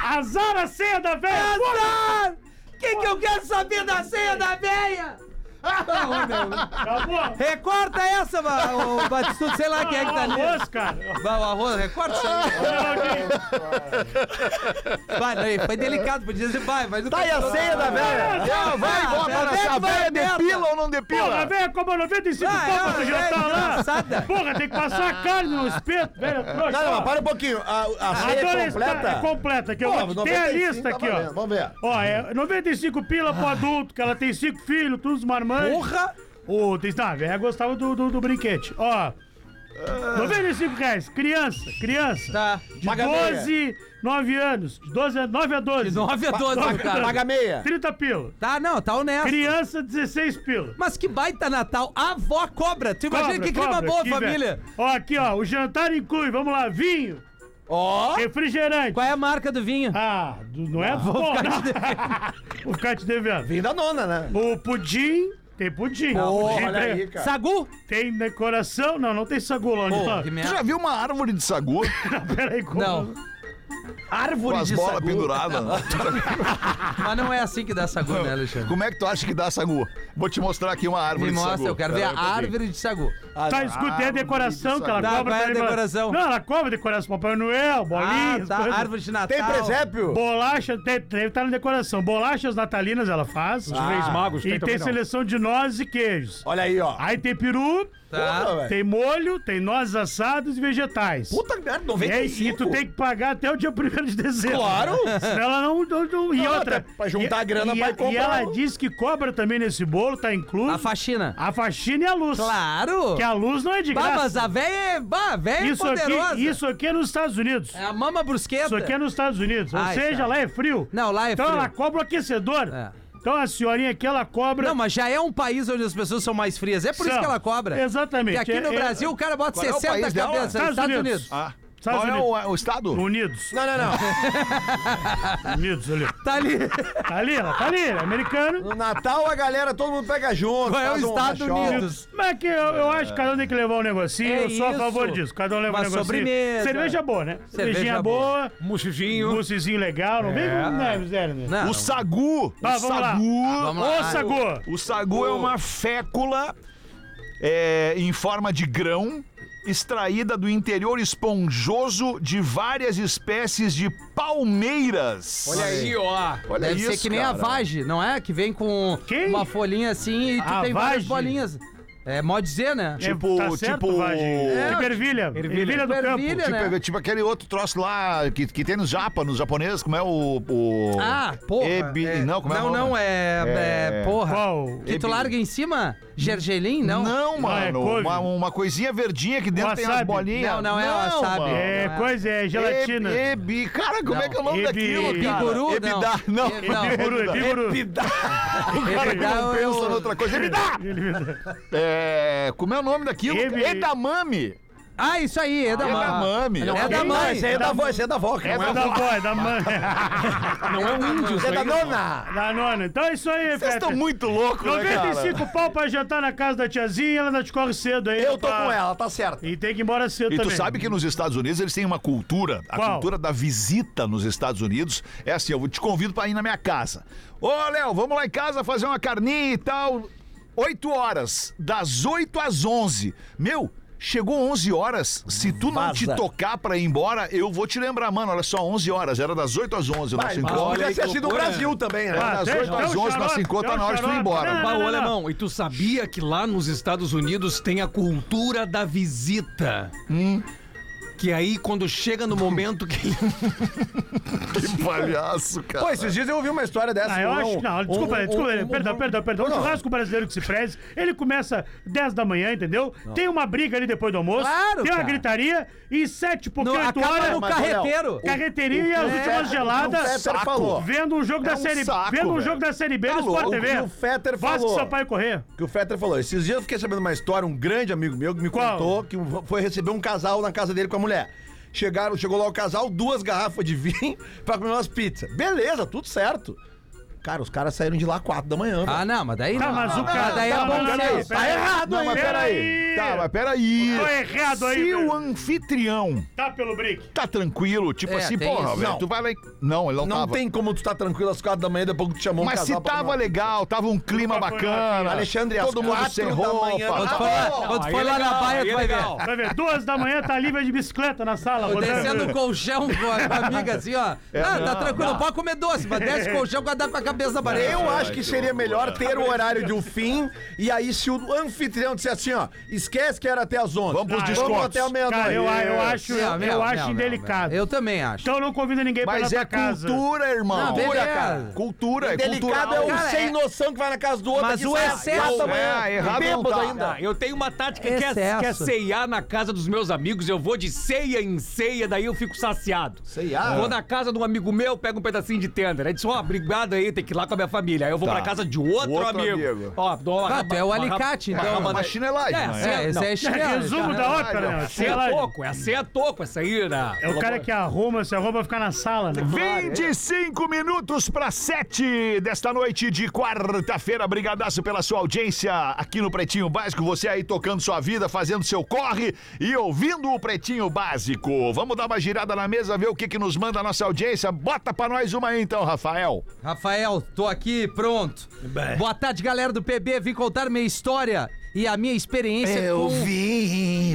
Azar a seda, velho! É Azar! Que que eu quero saber da ceia da véia? Não, não. Acabou! Recorta essa, ba- o Batistuto, sei lá quem é que tá ali. Arroz, cara! Vai, o arroz, recorta isso aí. Vai, não, foi delicado, podia dizer, vai, mas não Tá aí a ceia da velha. Ah, assim, vai, Ah, bota velho, nessa vai velha, merda. depila ou não Porra, depila? velho, como 95 Ah, é pau uma pra jantar velha tá lá! desgraçada. Porra, tem que passar a carne no espeto, velho! Trouxa. Não, não, mas para um pouquinho. A, a ceia Agora é está- É completa? completa aqui, Pô, ó. Tem a 95 lista tá aqui, valendo, ó. Vamos ver. Ó, é 95 pila pro adulto, que ela tem cinco filhos, todos marmanjos. Porra! Ô, tem ah, a velha gostava do, do, do brinquete. Ó. 95 reais, criança, criança. Tá. De Paga 12, 9 anos. De 12, a- 9 a 12. De 9 a 12, Paga- cara. Paga meia. 30 pila. Tá, não, tá honesto. Criança, 16 pila. Mas que baita Natal. Avó cobra. Tu imagina Cobra, que clima cobra, boa, que família. velho. Ó, aqui, ó, o jantar inclui, vamos lá, vinho, Ó. refrigerante. Qual é a marca do vinho? Ah, do- não é bom, ficar não. te Vou ficar te devendo. Vim da nona, né? O pudim, tem pudim. pudim Olha tem, aí, cara. Sagu? tem decoração? Não, não tem sagulão. Pô, não. que Tu já merda. viu uma árvore de sagu Peraí, como? Não, com Árvore as de bolas sagu. penduradas? mas não é assim que dá sagu, né, Alexandre? Como é que tu acha que dá sagu? Vou te mostrar aqui uma árvore Me de sagu. mostra, eu quero ver Pera aí a um pouquinho. árvore de sagu. Tá, escutei a árvore decoração de que ela sagu. cobra. Tá, qual é a também, mas- decoração? Não, ela cobra decoração. Papai Noel, Ah, bolinhas. tá, coisas. árvore de Natal. Tem presépio? Bolacha, tem, tem, tá na decoração. Bolachas natalinas ela faz. Os Reis Magos um e tem também, então não. seleção de nozes e queijos. Olha aí, ó. Aí tem peru, Tá. Porra, velho. Ah, tem molho, tem nozes assadas e vegetais. Puta merda, É E, aí, 95. e tu tem que pagar até o dia 1 1 de dezembro. Claro. Senão ela não. não, não- e Não, outra. até pra juntar e- a grana e, pra ir e comprar ela um. diz que cobra também nesse bolo, tá incluso. A faxina. A faxina e a luz. Claro. Que a luz não é de Bah, mas graça. a véia é, bah, a véia é Isso poderosa. aqui, isso aqui é nos Estados Unidos. É a mama brusqueta. Isso aqui é nos Estados Unidos. Ou Ah, isso seja, aí. lá é frio. Não, lá é então frio. ela cobra o aquecedor. É. Então a senhorinha aqui, ela cobra. Não, mas já é um país onde as pessoas são mais frias. É por isso São. que ela cobra. Exatamente. Porque aqui no É- Brasil o cara bota Qual é o 60 país cabeças. dela? Estados, Estados Unidos. Unidos. Ah. Estados Qual é Unidos. o, o estado? Unidos. Não, não, não. Unidos ali. Tá ali. Tá ali, ela tá ali, ela é americano. No Natal a galera, todo mundo pega junto. Qual é o faz um Estados rachão. Unidos? Mas é que eu, eu acho que cada um tem que levar um negocinho, É eu sou a isso. favor disso. Cada um leva Uma um negocinho. sobremesa. Cerveja boa, né? Cervejinha boa, boa. É. Mochidinho. bucezinho legal, não vem com né, miséria, né? Não. O sagu. Ah, o vamos lá. sagu. vamos lá. Ô, Sagô! O sagu é uma fécula é, em forma de grão extraída do interior esponjoso de várias espécies de palmeiras. Olha aí, ó. é Olha Deve ser isso, que nem a cara. vage, não é? Que vem com Quem? uma folhinha assim e tu A tem várias vage? bolinhas. É, mó dizer, né? Tipo- tá certo, tipo- Vagem. É, Tipo ervilha. ervilha. Ervilha do Ervilha, campo. Tipo, né? tipo aquele outro troço lá que, que tem nos japa, nos japoneses, como é o... o... Ah, porra. Ebi- é- Não, como é o não, nome? não, é, é- É- Porra. Qual? Que tu larga em cima? Gergelim? Não. Não, mano. Ah, é couve. Um uma, uma coisinha verdinha que dentro tem as Wasabi. bolinhas. Não, não é wasabi. mano. É, Não é. coisa, é gelatina. Ebi, ebi. Cara, como é que é o nome Não, daquilo, ebi- cara? Biguru, Ebidá. Não. E- não. Biguru, é biguru. Ebidá. Ele Cara, que dá um não o- pensa noutra coisa. Ebidá. É, como é o nome daquilo? Ebi- Edamame. Ah, isso aí, é da mãe. Edamame. É da Não, mãe. esse aí é da avó, esse aí é da avó. cara. É Tá É da avó, é da mãe. Não é um índio, isso É da aí, nona. da nona. Então é isso aí, Vocês estão Peter. muito loucos, né, cara? 95 pau pra jantar na casa da tiazinha, ela ainda te corre cedo aí. Eu tô tá? com ela, tá certo. E tem que ir embora cedo E também. tu sabe que nos Estados Unidos eles têm uma cultura, a Qual? cultura da visita nos Estados Unidos. É assim, eu te convido pra ir na minha casa. Ô, Léo, vamos lá em casa fazer uma carninha e tal. 8 horas, das 8 às 11. Meu, chegou 11 horas. Se tu não te tocar pra ir embora, eu vou te lembrar, mano. Olha só, 11 horas, era das 8 às 11 o nosso Mas encontro. podia aí, ser assim no loucura. Brasil também, né? Ah, das tem- 8 tem às 11 um nós xarope, se encontra tem um na hora de tu ir xarope. embora. Não, não, Bah, não, ô, não. alemão, e tu sabia que lá nos Estados Unidos tem a cultura da visita? Que aí, quando chega no momento que. Que palhaço, cara. Pô, esses dias eu ouvi uma história dessa. Ah, eu um- acho. Não, desculpa, um- desculpa, um- um- perdão, perdão, perdão. O churrasco brasileiro que se preze, ele começa 10 da manhã, entendeu? Tem uma briga ali depois do almoço, Claro, tem uma cara. gritaria e 7 porque No, 8 acaba horas. no mas, ô, Léo, carreteiro. Carreteria e as o últimas Fetter- geladas. o Fetter falou. Vendo um jogo É da um série saco, Vendo um velho. jogo da série B no Tá Sport louco, TV. o Fetter Vasco falou. Sampaio correr. que o Fetter falou. Esses dias eu fiquei sabendo uma história, um grande amigo meu que me Qual? contou que foi receber um casal na casa dele com a mulher. Chegaram, chegou lá o casal, duas garrafas de vinho pra comer umas pizzas. Beleza, tudo certo. Cara, os caras saíram de lá quatro da manhã. velho. Ah, não, mas daí. Tá, não. mas o cara. Mas daí tá, é bom não, não, que não, é isso. pera- errado Não, mas peraí. Peraí. Tá, mas peraí. Tô errado aí, Se velho. o anfitrião Tá pelo brick. tá tranquilo, tipo É, assim, tem porra, isso. velho, É, Não. tu vai lá e... Não, ele não, Não tava. tem como tu tá tranquilo às quatro da manhã depois que tu chamou um Mas casal se pra comer tava uma- legal, tava um clima Nunca foi bacana. na Alexandre, às todo mundo quatro sem da roupa. manhã, Quando Ah, for não, lá, quando aí for é lá na legal, baia, aí tu é vai ver. legal. Vai ver, duas da manhã tá livre de bicicleta na sala. Tô rodando. Descendo o colchão com a, com a amiga assim, ó. ah, tá tranquilo, pode comer doce, mas desce o colchão pra dar com a cabeça na parede. Eu acho que seria melhor ter o horário de um fim e aí se o anfitrião disser assim, ó, esquece que era até as 11. Vamos pros Vamos descontos. até a Cara, meia-noite. eu, eu acho, Não, eu, não, eu não, acho não, indelicado. não. Eu também acho. Então eu não convido ninguém pra Mas ir na é tua casa. cultura, irmão. Não, cultura, beleza. cara. Cultura, é Ah, Delicado é cultural. o Cara, sem é- noção que vai na casa do outro. Mas aqui, o sai excesso- quatro da manhã, É, errado não bêbado tá. ainda. Ah, eu tenho uma tática que é, Excesso. que é ceiar na casa dos meus amigos. Eu vou de ceia em ceia, daí eu fico saciado. Ceiar? Vou na casa de um amigo meu, pego um pedacinho de tender. Aí diz, ó, obrigado aí, tem que ir lá com a minha família. Aí eu vou pra casa de outro, Outro amigo. amigo. Ó, dou uma Ah, tu é o uma- alicate, uma- então. É uma chinelagem, É, não é? sim. É, esse Não. é chinelo. Resumo da ópera, né? Ceia Sei lá. toco, é a ceia toco essa aí, né? É o cara que arruma, se arruma pra ficar na sala, né? 25 minutos para 7 desta noite de quarta-feira. Brigadaço pela sua audiência aqui no Pretinho Básico. Você aí tocando sua vida, fazendo seu corre e ouvindo o Pretinho Básico. Vamos dar uma girada na mesa, ver o que, que nos manda a nossa audiência. Bota para nós uma aí então, Rafael. Rafael, tô aqui, pronto. Boa tarde, galera do PB. Vim contar minha história e a minha experiência com... vim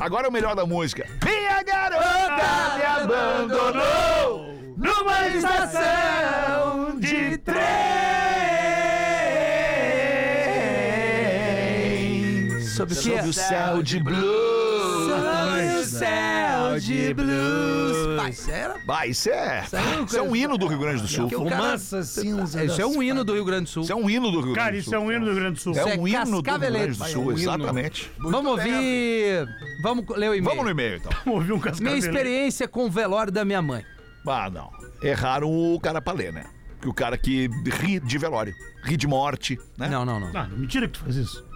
Agora é o melhor da música. Minha garota me abandonou numa estação de trem. Sobre o Sob o que? céu de blue. Sobre o céu de blues. Pai, isso era Bah, isso é. aí é uma Isso é um coisa- hino do Rio Grande do Sul. que é o cara- Fumaça cinza. Isso é um hino do Rio Grande do Sul. Isso é um hino do Rio Grande do Sul. Cara, isso é um hino do Rio Grande do Sul. É Isso é um hino do Rio Grande cascavelete, do pai, Sul, é um hino. exatamente. Vamos ouvir. Vamos co- ler o e-mail. Vamos no e-mail, então. Ouvi um Minha cascavel. experiência com o velório da minha mãe. Ah, não. Erraram o cara pra ler, né? Que o cara que ri de velório, ri de morte, né? Não, não, não. Ah, não, mentira que tu faz isso.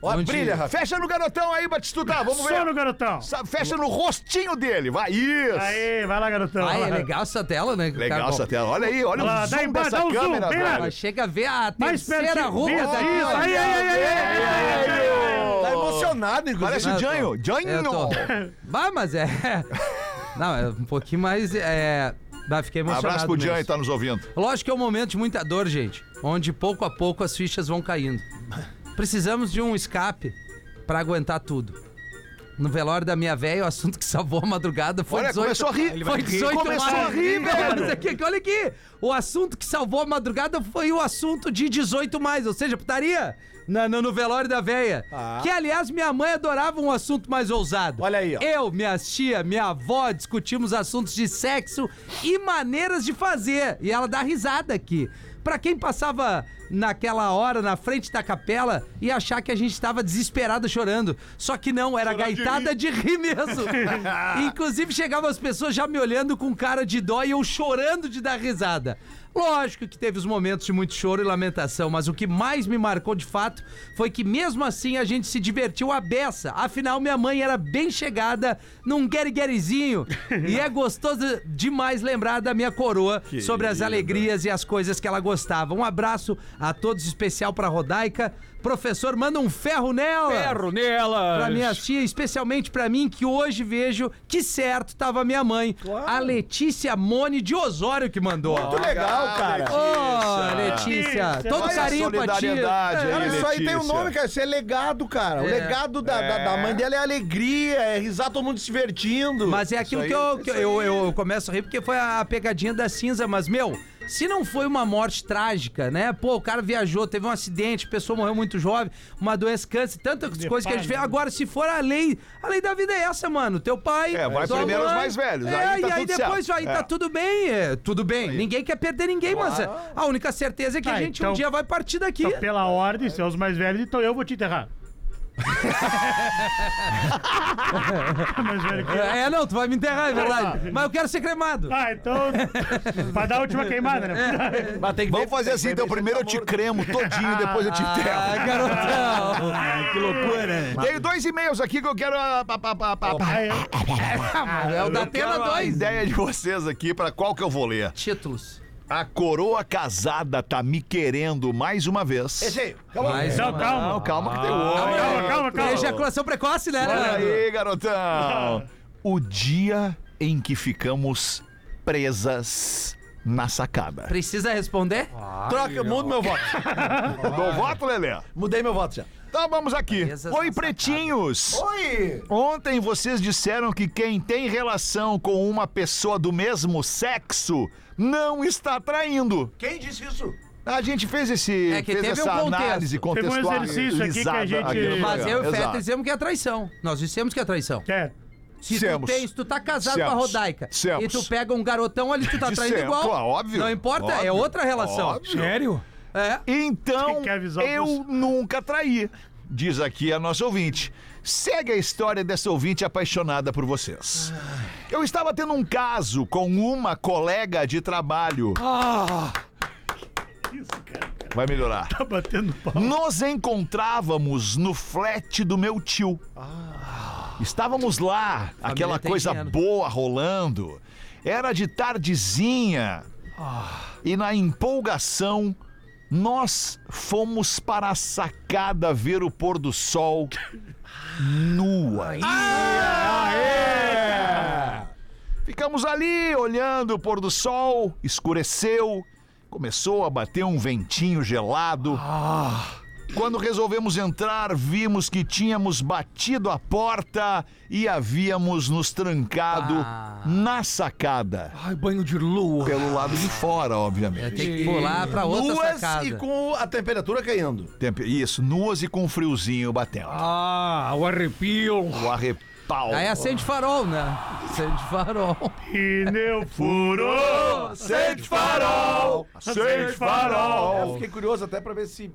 Ó, Onde- brilha, Rafa. Fecha no garotão aí, Batistuta, vamos Só ver. no garotão. Sa- Fecha no rostinho dele, vai, isso. Aê, vai lá, garotão. Ah, vai é lá. legal essa tela, né? Legal cara? essa tela, olha aí, olha Olha lá, o dá zoom embaixo, dá dessa o zoom, câmera, bem lá. velho. Mas chega a ver a Mais terceira pertinho. roupa né? Isso, daqui. isso. ó. Aí, aí, é aí, aí, aí, aí, aí, aí. Tá emocionado, Parece o Eu tô- Janho, É, Eu Janho. tô. Bah, mas é. Não, é um pouquinho mais. É... Bah, fiquei emocionado. Abraço pro Janho, mesmo. tá nos ouvindo. Lógico que é um momento de muita dor, gente, onde pouco a pouco as fichas vão caindo. Precisamos de um escape pra aguentar tudo. No velório da minha véia, o assunto que salvou a madrugada foi Olha, 18. começou a rir. Foi 18 Começou horas. a rir, Não, velho. mas é que- olha aqui. O assunto que salvou a madrugada foi o assunto de 18 mais, ou seja, putaria. Na, no, no velório da véia. Ah. Que, aliás, minha mãe adorava um assunto mais ousado. Olha aí, ó. Eu, minha tia, minha avó discutimos assuntos de sexo e maneiras de fazer. E ela dá risada aqui. Pra quem passava naquela hora na frente da capela e achar que a gente tava desesperado chorando. Só que não, era gaitada de rir, mesmo. Inclusive chegavam as pessoas já me olhando com cara de dó e eu chorando de dar risada. Lógico que teve os momentos de muito choro e lamentação, mas o que mais me marcou de fato foi que mesmo assim a gente se divertiu à beça. Afinal, minha mãe era bem chegada num gueriguerizinho e é gostoso demais lembrar da minha coroa sobre as né? alegrias e as coisas que ela gostava. Um abraço a todos, especial pra Rodaica. Professor, manda um ferro nela! Ferro nela. Pra minha tia, especialmente pra mim, que hoje vejo que certo tava minha mãe, a Letícia Mone de Osório que mandou. Muito legal, cara. Ô, Letícia, Letícia, todo olha a carinho pra ti. solidariedade Cara, isso aí tem um Letícia. nome, cara. Isso é legado, cara. O É. legado da, da, da mãe dela é alegria, é risar todo mundo se divertindo. Mas é aquilo Isso que, aí, eu, que eu, eu, eu começo a rir, porque foi a pegadinha da cinza. Mas, meu, se não foi uma morte trágica, né? Pô, o cara viajou, teve um acidente, a pessoa morreu muito jovem, uma doença, câncer, tantas coisas que a gente né? vê. Agora, se for a lei, a lei da vida é essa, mano. Teu pai. É, vai tua primeiro mãe, os mais velhos, É, aí tá e aí tudo depois, certo. aí É. tá tudo bem. é, tudo bem. Ninguém quer perder ninguém, mas é, a única certeza é que Ah, a gente um então- dia vai partir daqui. Então, pela ordem, se é os mais velhos, então eu vou te enterrar. mais velho que eu. É, não, tu vai me enterrar, é verdade. Mas eu quero ser cremado. Ah, então. pra dar a última queimada, É. né? Mas tem que Vamos ver- fazer tem assim, que ver então se primeiro eu tá te morto. cremo todinho, depois eu te Ah, enterro. garotão. Que loucura. Tem dois e-mails aqui que eu quero a, pa- pa- pa- pa- Ah, é. É o da quero Tela a 2. ideia de vocês aqui pra qual que eu vou ler. Títulos. A coroa casada tá me querendo mais uma vez. Esse aí, calma. Mas, Não, Não, calma. calma que tem outro. Calma, calma, É calma. ejaculação precoce, né? Olha Leandro? aí, garotão. O dia em que ficamos presas na sacada. Precisa responder? Troca, mudo meu voto. Dou voto, Lelê? Mudei meu voto já. Então vamos aqui. Presas Oi, na pretinhos. Oi! Ontem vocês disseram que quem tem relação com uma pessoa do mesmo sexo não está traindo. Quem disse isso? A gente fez esse É que fez teve um essa contexto. análise um contextualizada. exercício aqui que a gente- aqui no Mas eu e o programa. Feta Exato. dizemos que é traição. Nós dissemos que é traição. É. Se Dissemos. tu tem, se tu tá casado Dissemos. com a Rodaica Dissemos. e tu pega um garotão ali, tu tá traindo Dissemos, igual. ó, óbvio. Não importa, é Óbvio. outra relação. Óbvio. Sério? É. Então, Tem que avisar o eu Augusto. nunca traí, diz aqui a nossa ouvinte. Segue a história dessa ouvinte apaixonada por vocês. Eu estava tendo um caso com uma colega de trabalho. Ah! Isso, cara. Vai melhorar. Tá batendo pau. Nos encontrávamos no flat do meu tio. Estávamos lá, aquela tem coisa dinheiro. boa rolando. Era de tardezinha. E na empolgação, nós fomos para a sacada ver o pôr do sol nua. Ficamos ali olhando o pôr do sol, escureceu, começou a bater um ventinho gelado. Quando resolvemos entrar, vimos que tínhamos batido a porta e havíamos nos trancado na sacada. Ai, banho de lua. Pelo lado de fora, É, obviamente. tem que pular pra outra Nuas sacada. e com a temperatura caindo. Tempo- Isso, nuas e com friozinho batendo. Ah, o arrepio. O arrepau. Aí acende farol, né? Acende farol. Pneu furou. Sente farol! Sente É, Eu farol! fiquei curioso até pra ver se.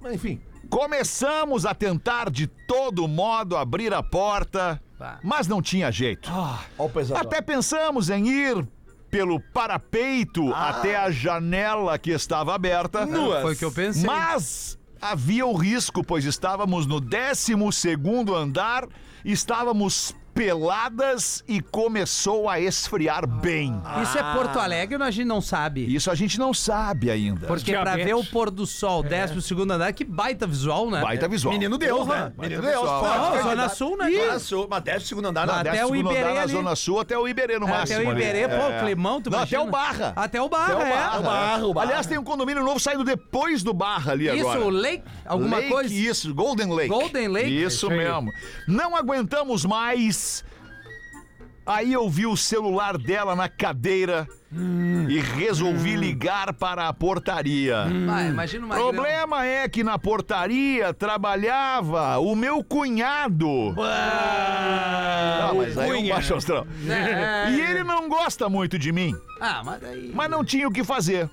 Mas enfim. Começamos a tentar de todo modo abrir a porta, Bah. mas não tinha jeito. Ó o pesadelo. Até pensamos em ir pelo parapeito até a janela que estava aberta. Foi o que eu pensei. Mas havia o risco, pois estávamos no 12º andar, estávamos peladas e começou a esfriar bem. Isso é Porto Alegre, mas a gente não sabe. Isso a gente não sabe ainda. Porque Diabetes. pra ver o pôr do sol, É. 12 segundo andar, que baita visual, né? Baita visual. Menino Deus, né? Baita Menino Deus, visual. pode. Não, candidato. Zona Sul, né? Zona Sul, mas desce o segundo andar. Mas Não, até Desce o Tá, segundo andar Iberê na ali. É, Zona Sul até o Iberê no máximo. Até o ali. É. Iberê, pô, o climão, tu Não, imagina? até o Barra. Até o Barra, Até o é. Barra. Barra, o Barra. Aliás, tem um condomínio novo saindo depois do Barra ali Isso, agora. Lake, alguma Lake, coisa. Isso, Golden Lake. Golden Lake? Isso Isso aí. mesmo. Não aguentamos mais. Aí eu vi o celular dela na cadeira Hum. e resolvi ligar para a portaria. Ah, imagina uma O problema é que na portaria trabalhava o meu cunhado. Ah, mas aí é um baixo astral. grana. É, E ele não gosta muito de mim, Ah, mas daí. mas não tinha o que fazer.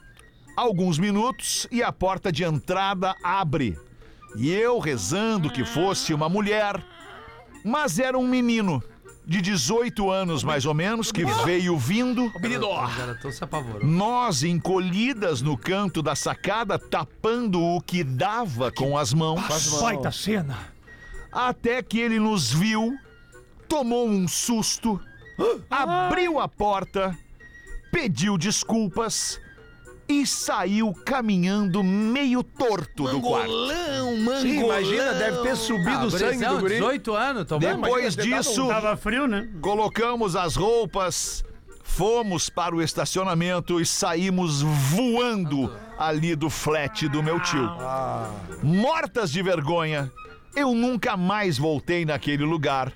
Alguns minutos e a porta de entrada abre. E eu rezando que fosse uma mulher, mas era um menino de 18 anos mais ou menos que veio vindo. Os caras tão se apavorou. Nós encolhidas no canto da sacada, tapando o que dava com as mãos, Baita cena. até que ele nos viu, tomou um susto, abriu a porta, pediu desculpas e saiu caminhando meio torto do quarto. Sim, imagina, deve ter subido Ah, o sangue gurizão, do guri. 18 anos, tomou Depois imagina, disso, Tava frio, né? colocamos as roupas, fomos para o estacionamento e saímos voando ali do flat do meu tio. Mortas de vergonha, eu nunca mais voltei naquele lugar.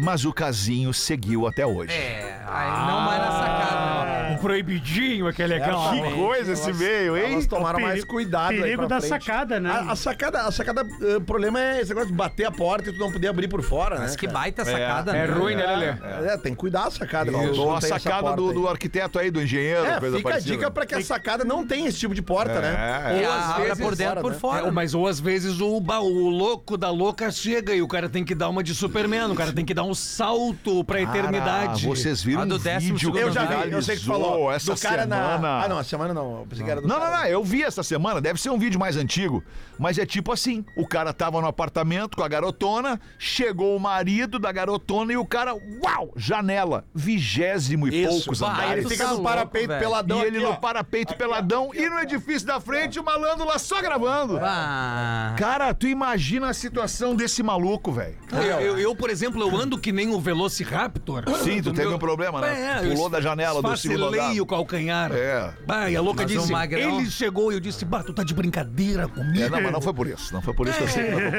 Mas o casinho seguiu até hoje. É, aí não mais na Ah. sacada. Um proibidinho, que é legal. Que coisa esse meio, hein? Elas tomaram mais Perigo- cuidado aí pra Perigo da frente. sacada, né? A, a sacada, a sacada, eh, o problema é esse negócio de bater a porta e tu não poder abrir por fora, né? Mas que cara? baita sacada, É né? ruim, né, Lelê? É, tem que cuidar a sacada. Valdo, Ou não a tem essa sacada do, porta do aí. arquiteto aí, do engenheiro, É, coisa fica parecida. a dica pra que a sacada não tenha esse tipo de porta, né? É, Ou às abre vezes por dentro, por né? fora. É, mas ou às vezes o, ba- o louco da louca chega e o cara tem que dar uma de Superman, o cara tem que dar um salto pra eternidade. Ah, vocês viram A do um décimo vídeo segundo que Eu já vi, eu sei que tu falou. viralizou essa do cara semana. na. Ah, não, a semana não. Eu pensei que era do Não, não, cara. não, eu vi essa semana, deve ser um vídeo mais antigo, mas é tipo assim, o cara tava no apartamento com a garotona, chegou o marido da garotona e o cara, uau, janela, vigésimo e Isso, poucos bah, andares. Ele fica Tá no louco, parapeito velho. peladão E ele aqui, no ó. parapeito peladão e no edifício da frente, o malandro lá só gravando. Ah, Cara, tu imagina a situação desse maluco, velho. Eu, eu- eu, por exemplo, eu ando que nem o Velociraptor. Sim, tu O teve meu- um problema, né? É, eu Pulou da janela do segundo andar. esfacelei o calcanhar. É. Bah, e a louca Mas o disse, magrão- ele chegou e eu disse, bah, tu tá de brincadeira comigo. É, não, mas não foi por isso. Não foi por isso que eu sei que não foi.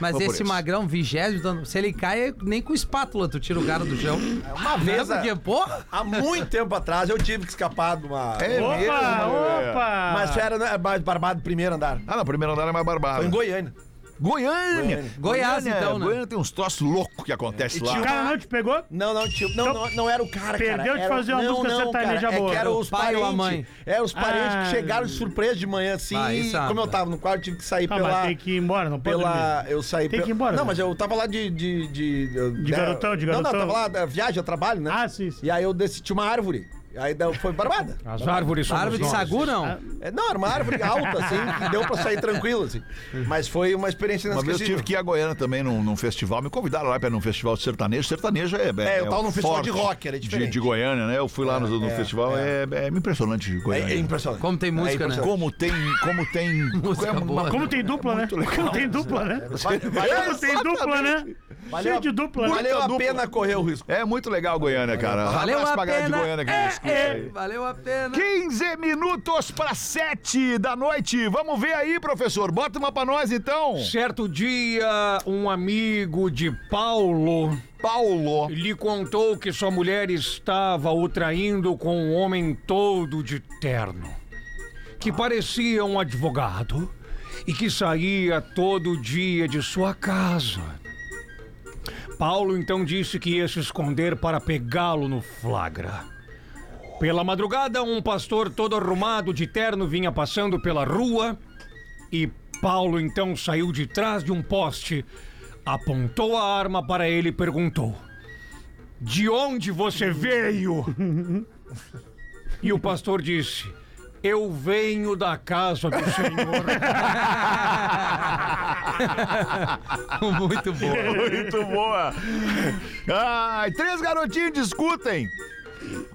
mas Vou por esse isso. magrão, vigésimo, dando- se ele cai, é nem com espátula tu tira o cara do chão. É. Uma vez. Né? Porque, a- porra, Há muito tempo atrás eu tive que escapar de uma. É Opa, mesmo, é. opa! Mas era né, mais barbado primeiro andar. Ah, não, primeiro andar é mais barbado. Foi em Goiânia. Goiânia. Goiás, então, né? Goiânia tem uns troços loucos que acontece lá. O cara não te pegou? Ah, Não, não, tio. Não, não, não era o cara, cara. Então, Perdeu de Era- fazer uma não, música não, cara. sertaneja É boa. que era O os pai ou a mãe. parentes. É, os parentes Ah. que chegaram de surpresa de manhã, assim. Ah, e isso é como uma- eu tava no quarto, eu tive que sair Ah, mas pela. tem que ir embora, não pode Pela. dormir. Eu saí Tem pela- que ir embora, Não, né? mas eu tava lá de. De, de, De né, garotão, de Não, garotão. não, tava lá, da viagem, a trabalho, né? Ah, sim, Ah. sim. E aí eu desci, tinha uma árvore. Aí daí foi barbada. As árvores somos árvore de nós. sagu, não. É, Não, era uma árvore alta, assim, que deu pra sair tranquilo, assim. Mas foi uma experiência Uma vez eu inesquecível. tive que ir a Goiânia também num, num festival. Me convidaram lá para ir num festival de sertanejo. Sertanejo é. É, eu tava num festival forte de rock, era de- diferente. De, Goiânia, né? Eu fui lá no, no festival. É, é impressionante Goiânia. É, é impressionante. Como tem música, né? Como tem. Como tem. Música é uma- boa. Como tem dupla, né? Como tem dupla, né? Vai- vai- Como tem dupla, né? Cheio de dupla. né? Valeu a pena correr o risco. um É muito legal Goiânia, cara. Valeu Abraço a pra galera de pena. Goiânia que é, nos escuta é, aí. valeu a pena. 15 minutos para 7 da noite. Vamos ver aí, professor. Bota uma pra nós então. Certo dia, um amigo de Paulo Paulo. lhe contou que sua mulher estava o traindo com um homem todo de terno, que parecia um advogado e que saía todo dia de sua casa. Paulo então disse que ia se esconder para pegá-lo no flagra. Pela madrugada, um pastor todo arrumado de terno vinha passando pela rua e Paulo então saiu de trás de um poste, apontou a arma para ele e perguntou: De onde você veio? E o pastor disse: Eu venho da casa do Senhor. Muito bom. Muito boa. Ai, três garotinhos discutem.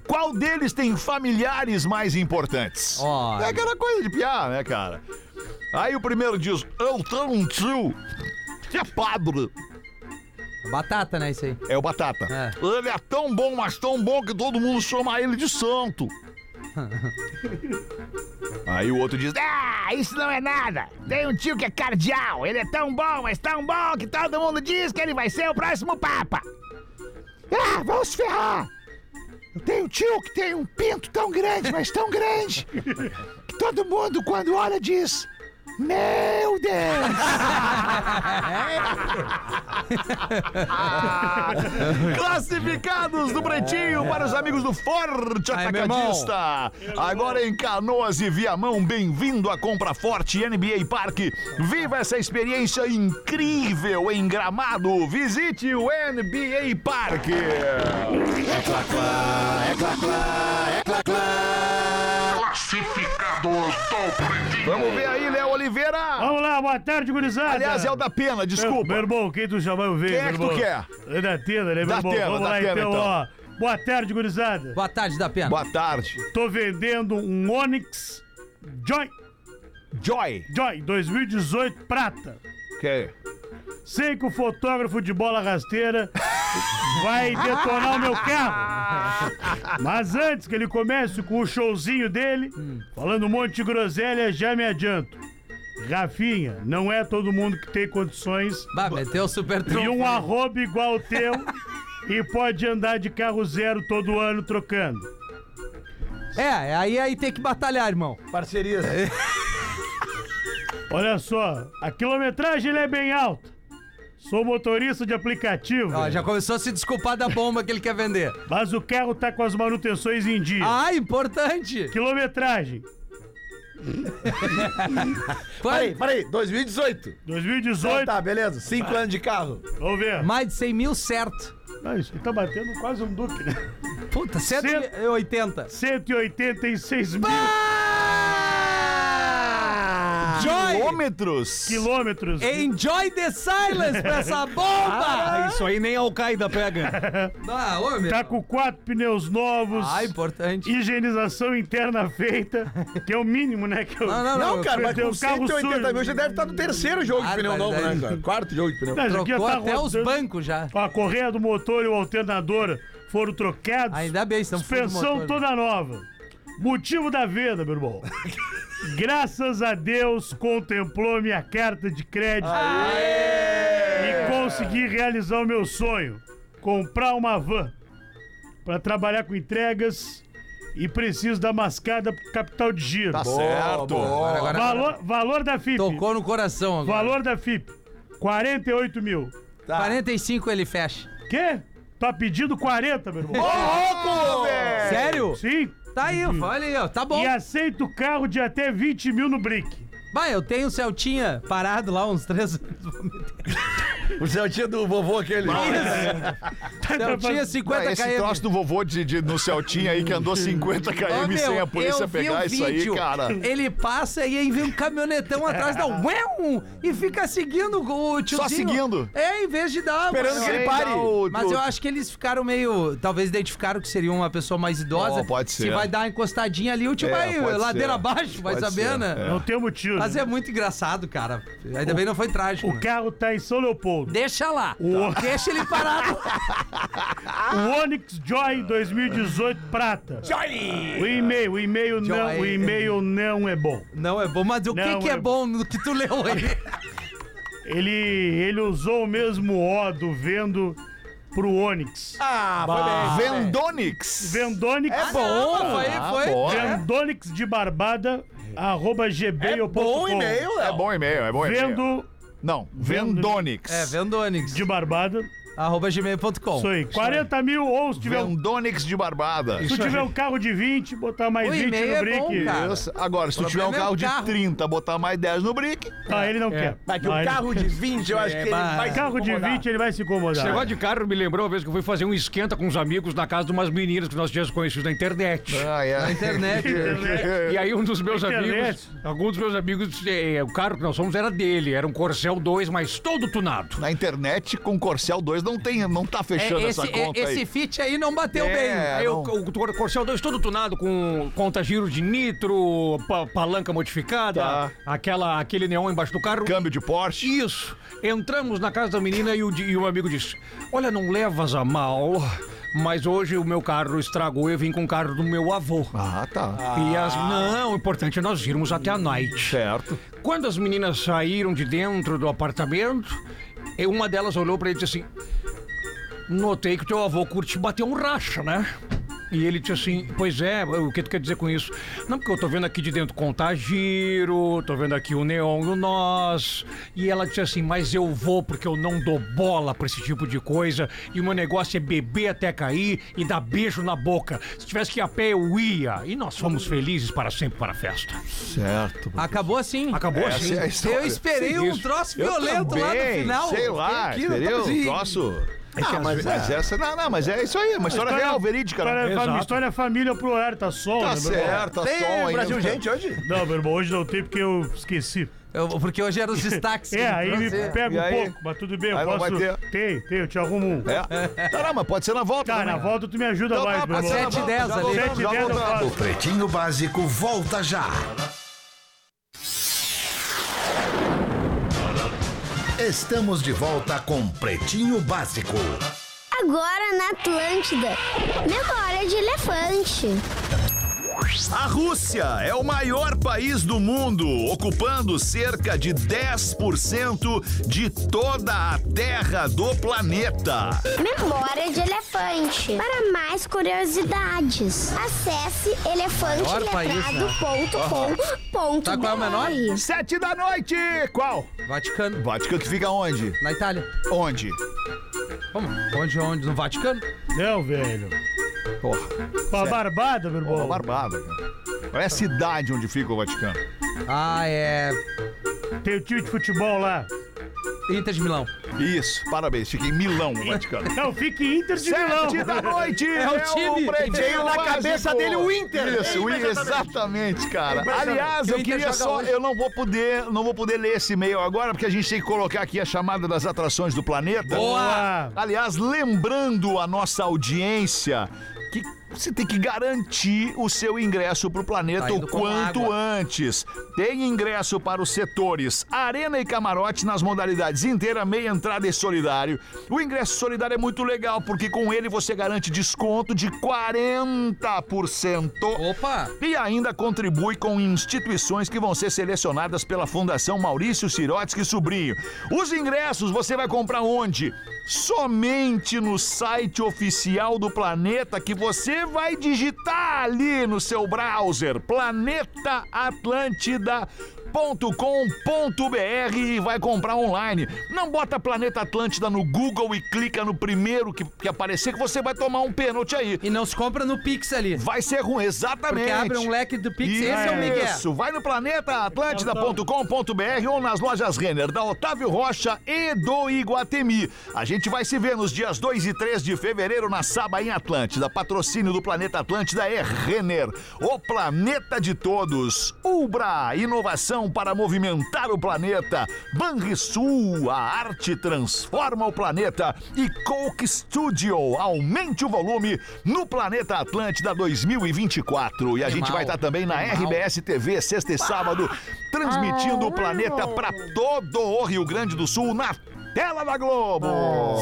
Qual deles tem familiares mais importantes? Olha. É aquela coisa de piar, né, cara? Aí o primeiro diz: Eu tenho um tio que é padre. Batata, né, isso aí? É o Batata. É. Ele é tão bom, mas tão bom que todo mundo chama ele de santo. Aí o outro diz: Ah, isso não é nada. Tem um tio que é cardeal. Ele é tão bom, mas tão bom que todo mundo diz que ele vai ser o próximo papa. Ah, vamos se ferrar! Eu tenho um tio que tem um pinto tão grande, mas tão grande, que todo mundo quando olha diz: Meu Deus! Classificados do Pretinho para os amigos do Forte Aí, meu irmão. Atacadista. Agora em Canoas e Viamão, bem-vindo à Compra Forte NBA Parque. Viva essa experiência incrível em Gramado. Visite o NBA Parque. Vamos ver aí, Léo Oliveira. Vamos lá, boa tarde, gurizada. Aliás, é o da pena, Meu desculpa. irmão, quem tu já vai ouvir? Quem é meu que tu irmão? quer? É da Tena, né, meu Da irmão? Tena, Vamos da lá, Tena, então, então. ó. Boa tarde, gurizada. Boa tarde, da pena. Boa tarde. Tô vendendo um Onix Joy, Joy. Joy 2018 prata. Que? Sei que o fotógrafo de bola rasteira vai detonar o meu carro. Mas antes que ele comece com o showzinho dele, falando um monte de groselha, já me adianto. Rafinha, não é todo mundo que tem condições Bah, meteu o super e trunfo. um arroba igual o teu e pode andar de carro zero todo ano trocando. É, aí, aí tem que batalhar, irmão. Parcerias. É. Olha só, a quilometragem ele é bem alta. Sou motorista de aplicativo, Ó, Ah, já começou a se desculpar da bomba que ele quer vender. mas o carro tá com as manutenções em dia. Ah, importante. Quilometragem, Peraí, Quanto? peraí, 2018. 2018, Então tá, beleza. Cinco anos de carro. tá. vamos ver. Mais de 100 mil, certo. Não, isso aí tá batendo quase um duque, né? Puta, 180. 186 mil Ah. Joy! Quilômetros. quilômetros. Enjoy the silence pra essa bomba! Ah, isso aí nem Al-Qaeda pega. Ah, ô, meu. Tá com quatro pneus novos. Ah, importante. Higienização interna feita, que é o mínimo, né? Que eu... Não, não, não. Não, cara, mas perdeu com o carro 180 mil sujo. já deve estar no terceiro jogo de Claro, pneu mas novo, daí- né, cara? Quarto jogo de pneu. Não, isso aqui Trocou já tá até os rodando. bancos já. Ó, A correia do motor e o alternador foram trocados. Ainda bem, estamos Tá fundo do Suspensão motor. né? toda nova. Motivo da venda, meu irmão. Graças a Deus contemplou minha carta de crédito e consegui realizar o meu sonho: comprar uma van para trabalhar com entregas e preciso da mascada pro capital de giro. Tá certo. Agora, agora, valor, valor da FIP. Tocou no coração agora. Valor da FIP: 48 mil. Tá. 45 ele fecha. Quê? Tá pedindo 40, meu irmão. É. Sério? Sim. Tá aí, Uhum. olha aí, ó. Tá bom. E aceita o carro de até 20 mil no brick. Vai, eu tenho o Celtinha parado lá uns três anos. Vou meter. O Celtinha do vovô aquele. Tá Celtinha 50 Ah, km. esse troço do vovô de, de- no Celtinha aí que andou 50 km Ô, meu, sem a polícia eu vi pegar o isso aí, vídeo. cara. Ele passa e aí vem um caminhonetão atrás da Uéu! E fica seguindo o tiozinho. seguindo. É, em vez de dar... Esperando que ele pare. Mas eu acho que eles ficaram meio. Talvez identificaram que seria uma pessoa mais idosa. Ó, pode ser. Se vai dar uma encostadinha ali, o tio É, vai pode ladeira ser. abaixo, vai Pode saber, ser, né? Não tem motivo, Mas é muito engraçado, cara. Ainda bem não foi trágico. O né? carro tá em São Leopoldo. Deixa lá. Deixa ele parado. Ah! O Onix Joy 2018 prata. Joy! O e-mail, o e-mail não, Joy. o e-mail não é bom. Não é bom, mas o que, Não, que é é- bom no que tu leu aí? Ele, ele usou o mesmo O do vendo pro Onix. Vendonix. Ah, Vendonix, Ah, É bom, né? foi, foi. bom. Vendonix de Barbada, arroba É bom gmail.com. e-mail, É Léo. bom e-mail, é bom e-mail. Vendo Não, Vendonix. É, Vendonix. de Barbada, Arroba gmail.com. isso aí. 40 mil ou se tiver, um, Vendonix de Barbada. É. se tiver um carro de 20, botar mais O 20 e-mail no é brick. bom, cara. Isso. Agora, se tu tiver problema um é o carro, carro. de 30, botar mais 10 no brick. Ah, ele não quer. Mas que Não, o ele- carro de 20, eu acho que ele bah. vai se carro de incomodar. 20 ele vai se Esse incomodar. negócio de carro me lembrou a vez que eu fui fazer um esquenta com uns amigos na casa de umas meninas que nós tínhamos conhecido na internet. Ah, é. Na internet. E aí um dos meus Internet. amigos, algum dos meus amigos, eh, o carro que nós fomos era dele, era um Corcel 2, mas todo tunado. Na internet, com Corcel 2 não, tem, não tá É, fechando esse, essa conta é, esse aí. fit aí não bateu É. bem. Aí o, não. o Cor- Corcel 2 todo tunado com conta giro de nitro, pa- palanca modificada, Tá. aquela, aquele neon embaixo do carro. Câmbio de Porsche. Isso. Entramos na casa da menina e o, di- e o amigo disse: Olha, não levas a mal, mas hoje o meu carro estragou e eu vim com o carro do meu avô. Ah, tá. E as, não, o importante é nós irmos até a night. Certo. Quando as meninas saíram de dentro do apartamento, e uma delas olhou pra ele e disse assim: Notei que teu avô curte bater um racha, né? E ele disse assim: Pois é, o que tu quer dizer com isso? Não, porque eu tô vendo aqui de dentro contagiro, tô vendo aqui o neon e o nós. E ela disse assim: Mas eu vou porque eu não dou bola pra esse tipo de coisa. E o meu negócio é beber até cair e dar beijo na boca. Se tivesse que ir a pé, eu ia. E nós fomos felizes para sempre para a festa. Certo. Acabou assim. Acabou Essa assim. é a história. Eu esperei um Isso. troço Eu violento lá no também, final. Sei lá, Fiquei aqui, tá assim. entendeu? não tava- Troço. que Ah, às mas, mas essa. Não, não, mas é isso aí. Uma história real, verídica. né? História, Exato. história família pro horário, tá sol. Tá né, meu irmão? certo, tá Tem som aí. Brasil Gente hoje? Não, meu irmão, hoje não tem porque eu esqueci. Eu- porque hoje eram os destaques. que É, eu aí me trouxe. pega E um aí? pouco, mas tudo bem, eu Aí não posso. vai ter. Tem, tem, eu te arrumo um. É. Tá, não, mas pode ser na volta. Tá, também. na volta tu me ajuda Então tá, mais, meu pode irmão. ser na Sete e volta, dez já voltamos, ali. Sete e já dez eu voltamos. faço. O Pretinho Básico volta já. Estamos de volta com Pretinho Básico. Agora na Atlântida. Memória de elefante. A Rússia é o maior país do mundo, ocupando cerca de 10% de toda a terra do planeta. Memória de elefante. Para mais curiosidades, acesse elefanteletrado.com.br. Sabe qual é o menor? Sete da noite! Qual? Vaticano. Vaticano que fica onde? Na Itália. Onde? Como? Onde, onde? No Vaticano? Não, velho. Porra, Uma barbada, meu uma irmão. barbada, cara. Qual é a cidade onde fica o Vaticano? Ah, é. Tem o time de futebol lá. Inter de Milão. Isso, parabéns, fica em Milão o Vaticano. Não, fique Inter de Milão. Sete da noite! É o time. Veio na cabeça dele o Inter. Isso, É o- imediatamente. exatamente, É cara. impressionante. Aliás, Que o eu Inter queria joga só. hoje. Eu não vou poder, não vou poder ler esse e-mail agora, porque a gente tem que colocar aqui a chamada das atrações do planeta. Ah, Aliás, lembrando a nossa audiência que você tem que garantir o seu ingresso para o planeta Tá indo o com quanto água. antes. Tem ingresso para os setores arena e camarote nas modalidades inteira, meia entrada e solidário. O ingresso solidário é muito legal, porque com ele você garante desconto de 40%. Opa! E ainda contribui com instituições que vão ser selecionadas pela Fundação Maurício Sirotsky Sobrinho. Os ingressos você vai comprar onde? Somente no site oficial do Planeta que você vai digitar ali no seu browser planetaatlântida.com.br e vai comprar online. Não bota Planeta Atlântida no Google e clica no primeiro que, que aparecer que você vai tomar um pênalti aí. E não se compra no Pix ali. Vai ser ruim, exatamente. Porque abre um leque do Pix. Esse é o Miguel. Isso, vai no planetaatlântida.com.br ou nas lojas Renner, da Otávio Rocha e do Iguatemi. A gente vai se ver nos dias 2 e 3 de fevereiro na Saba em Atlântida. Patrocínio do Planeta Atlântida é Renner, o planeta de todos. Ubra, inovação ação para movimentar o planeta. Banrisul, a arte transforma o planeta. E Coke Studio, aumente o volume no Planeta Atlântida 2024. E a gente vai tá estar também na RBS TV, sexta e sábado, Ah. transmitindo o planeta para todo o Rio Grande do Sul na tela da Globo.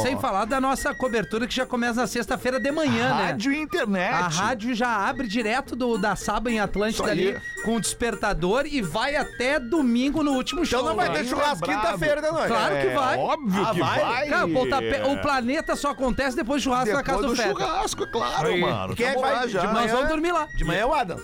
Sem falar da nossa cobertura que já começa na sexta-feira de manhã, né? Rádio e internet. A rádio já abre direto do, da Saba em Atlântida Isso aí. ali com o despertador e vai até domingo no último show. Então não vai né? é ter churrasco lembrado. quinta-feira da noite. né? Claro que tá É, vai. Óbvio Ah, que vai? vai. Cara, o, pontapé- o planeta só acontece depois do churrasco na Depois casa do do Fred. churrasco, é claro, Aí. mano. Quem é que Tamo lá vai já. de Nós vamos manhã? dormir lá. De manhã é o Adams.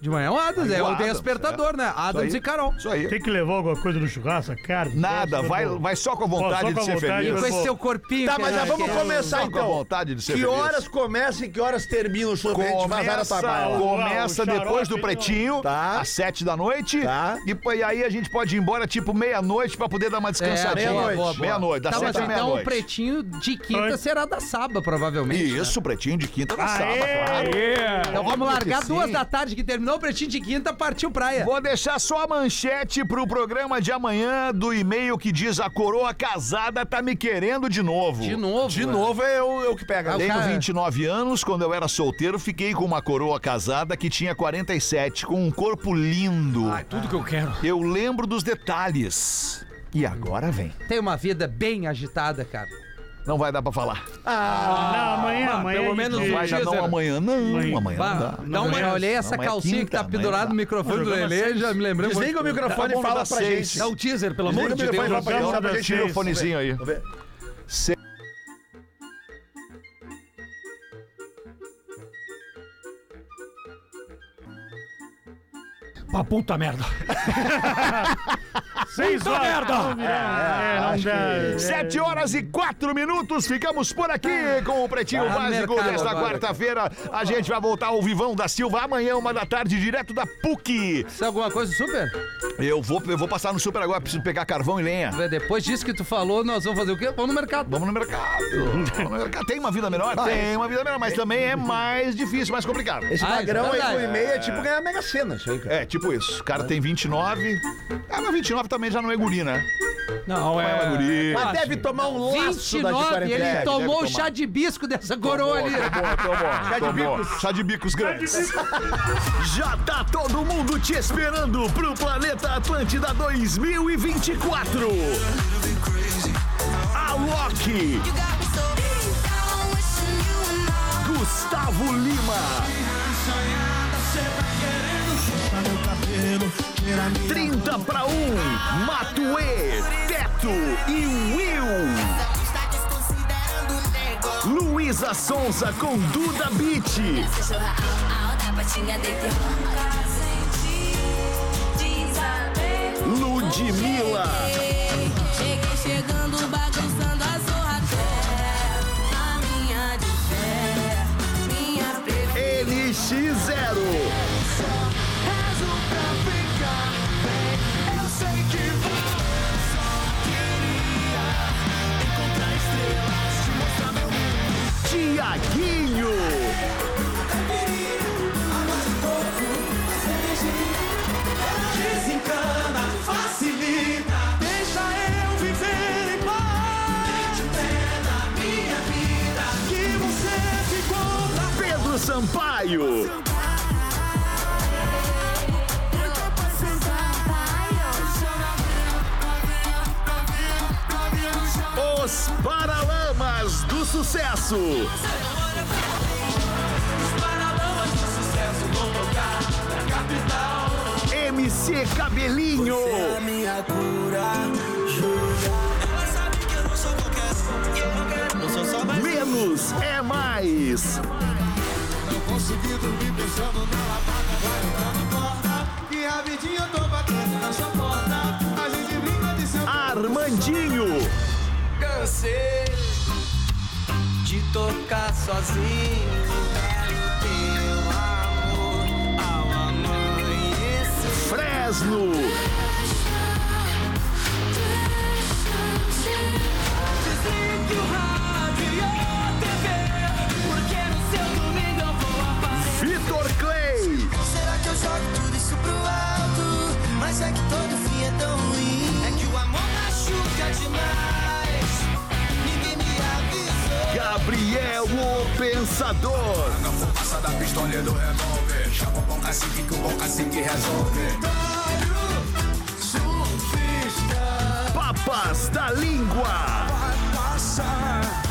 De manhã é o Adams, é o o Adams, despertador, né? Adams Isso aí. e Carol. Isso aí. Tem que levar alguma coisa no churrasco, a carne. Nada, gosto, vai, né, pô? vai É só com a Ó, vontade só com de a ser vontade, feliz. eu Com vou- esse seu corpinho. Tá, que mas é- já vamos que é- começar Só com a então. vontade de ser Que feliz. horas começa e que horas termina o show pra gente vazar essa Começa, bala? começa O xarope, depois do não. pretinho, Tá. às sete da noite. Tá. É, E, pô- e aí a gente pode ir embora tipo meia-noite pra poder dar uma descansadinha. É, boa, boa, boa. Meia-noite, das Tá, mas sete à então o meia-noite. pretinho de quinta Antes. será da Saba, provavelmente. né? Isso, pretinho de quinta da sábado, claro. Yeah. Então vamos Óbvio largar que duas sim. da tarde que terminou o pretinho de quinta, partiu praia. Vou deixar só a manchete pro programa de amanhã do e-mail que diz a coroa casada tá me querendo de novo. De novo. De né? novo é eu, eu que pego. Ah, o Tenho cara- 29 anos, quando eu era solteiro, fiquei com uma coroa casada que tinha 47, com um corpo lindo. Ah, é tudo que eu quero. Eu lembro dos detalhes. E agora vem. Tem uma vida bem agitada, cara. Não vai dar pra falar. Não, amanhã, amanhã. pelo a menos gente- Não um vai dar não teaser. amanhã. Não, Vai. amanhã É, Bah, não dá. dá uma, eu olhei essa Não é calcinha que quinta, tá não é pendurada no dá. microfone do Programa Lelê, seis. já me lembrei muito. Desliga o microfone Tá e bom, fala das pra seis. gente. Dá o teaser, pelo amor Desliga de o microfone e fala Deus. pra Programa gente. Tá das Tira o seis. fonezinho aí. Vamos ver. Pra puta merda. Seis horas. Merda. É, não dá. Sete horas e quatro minutos, ficamos por Ah. aqui com o Pretinho Tá no Básico mercado desta agora. quarta-feira. A gente vai voltar ao Vivão da Silva amanhã, uma da tarde, direto da PUC. Isso é alguma coisa super? Eu vou, eu vou passar no super agora, preciso pegar carvão e lenha. Vê, Depois disso que tu falou, nós vamos fazer o quê? Vamos no mercado. Vamos no mercado. Vamos no mercado. Tem uma vida melhor? Tem uma vida melhor, mas também é mais difícil, mais complicado. Esse Ah, isso é magrão aí verdade. com e-mail é tipo ganhar a Mega Sena, isso aí, cara. É, tipo isso. O cara tem 29. Ah, mas 29 também já não é guri, né? Não, Não é é... guri. Mas deve tomar um laço da de 29, 49. ele tomou o tomar. chá de bisco dessa coroa ali. Chá de bicos. Ah, Chá de bicos grandes. Já tá todo mundo te esperando pro Planeta Atlântida 2024. Alok. Gustavo Lima. 30 para 1, Matue, Teto e Will. Luísa Sonza com Duda Beat. Ludmilla. Cheguei chegando, bagunçando a zorra até a minha de fé, minha preferida. NX0. Tiaguinho. Pedro Sampaio. Os Paralamas do Sucesso. MC Cabelinho. é um, Menos é mais. Armandinho. Cansei de tocar sozinho. Teu amor ao amanhecer. Fresno. Desligue o rádio e a TV, porque no seu domingo eu vou aparecer. Vitor Clay. Será que eu jogo tudo isso pro alto? Mas é que todo Gabriel o Pensador. Passa da pistola e do revólver. Chama o bom cacique que o bom cacique resolve. Papas da Língua. Passar,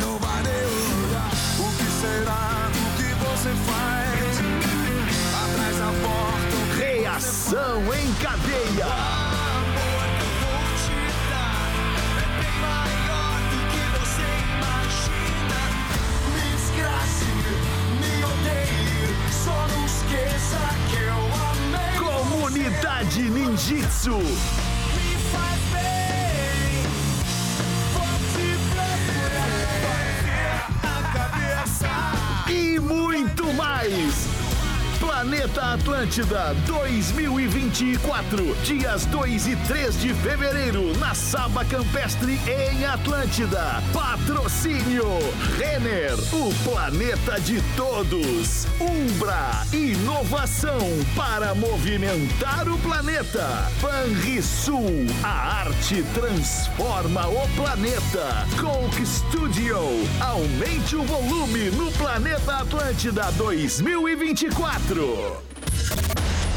não vai demorar. O que será? O que você faz? Atrás da porta, o Reação em cadeia. amor que eu vou te dar é bem maior do que você imagina. Me desgrace, me odeie, só não esqueça que eu amei. Comunidade Ninjitsu. Me faz bem, vou te procurar, bater a cabeça. E muito mais. Planeta Atlântida 2024, dias 2 e 3 de fevereiro, na Saba Campestre em Atlântida. Patrocínio Renner, o planeta de todos. Um Umbra, inovação para movimentar o planeta. Banrisul, a arte transforma o planeta. Coke Studio, aumente o volume no Planeta Atlântida 2024.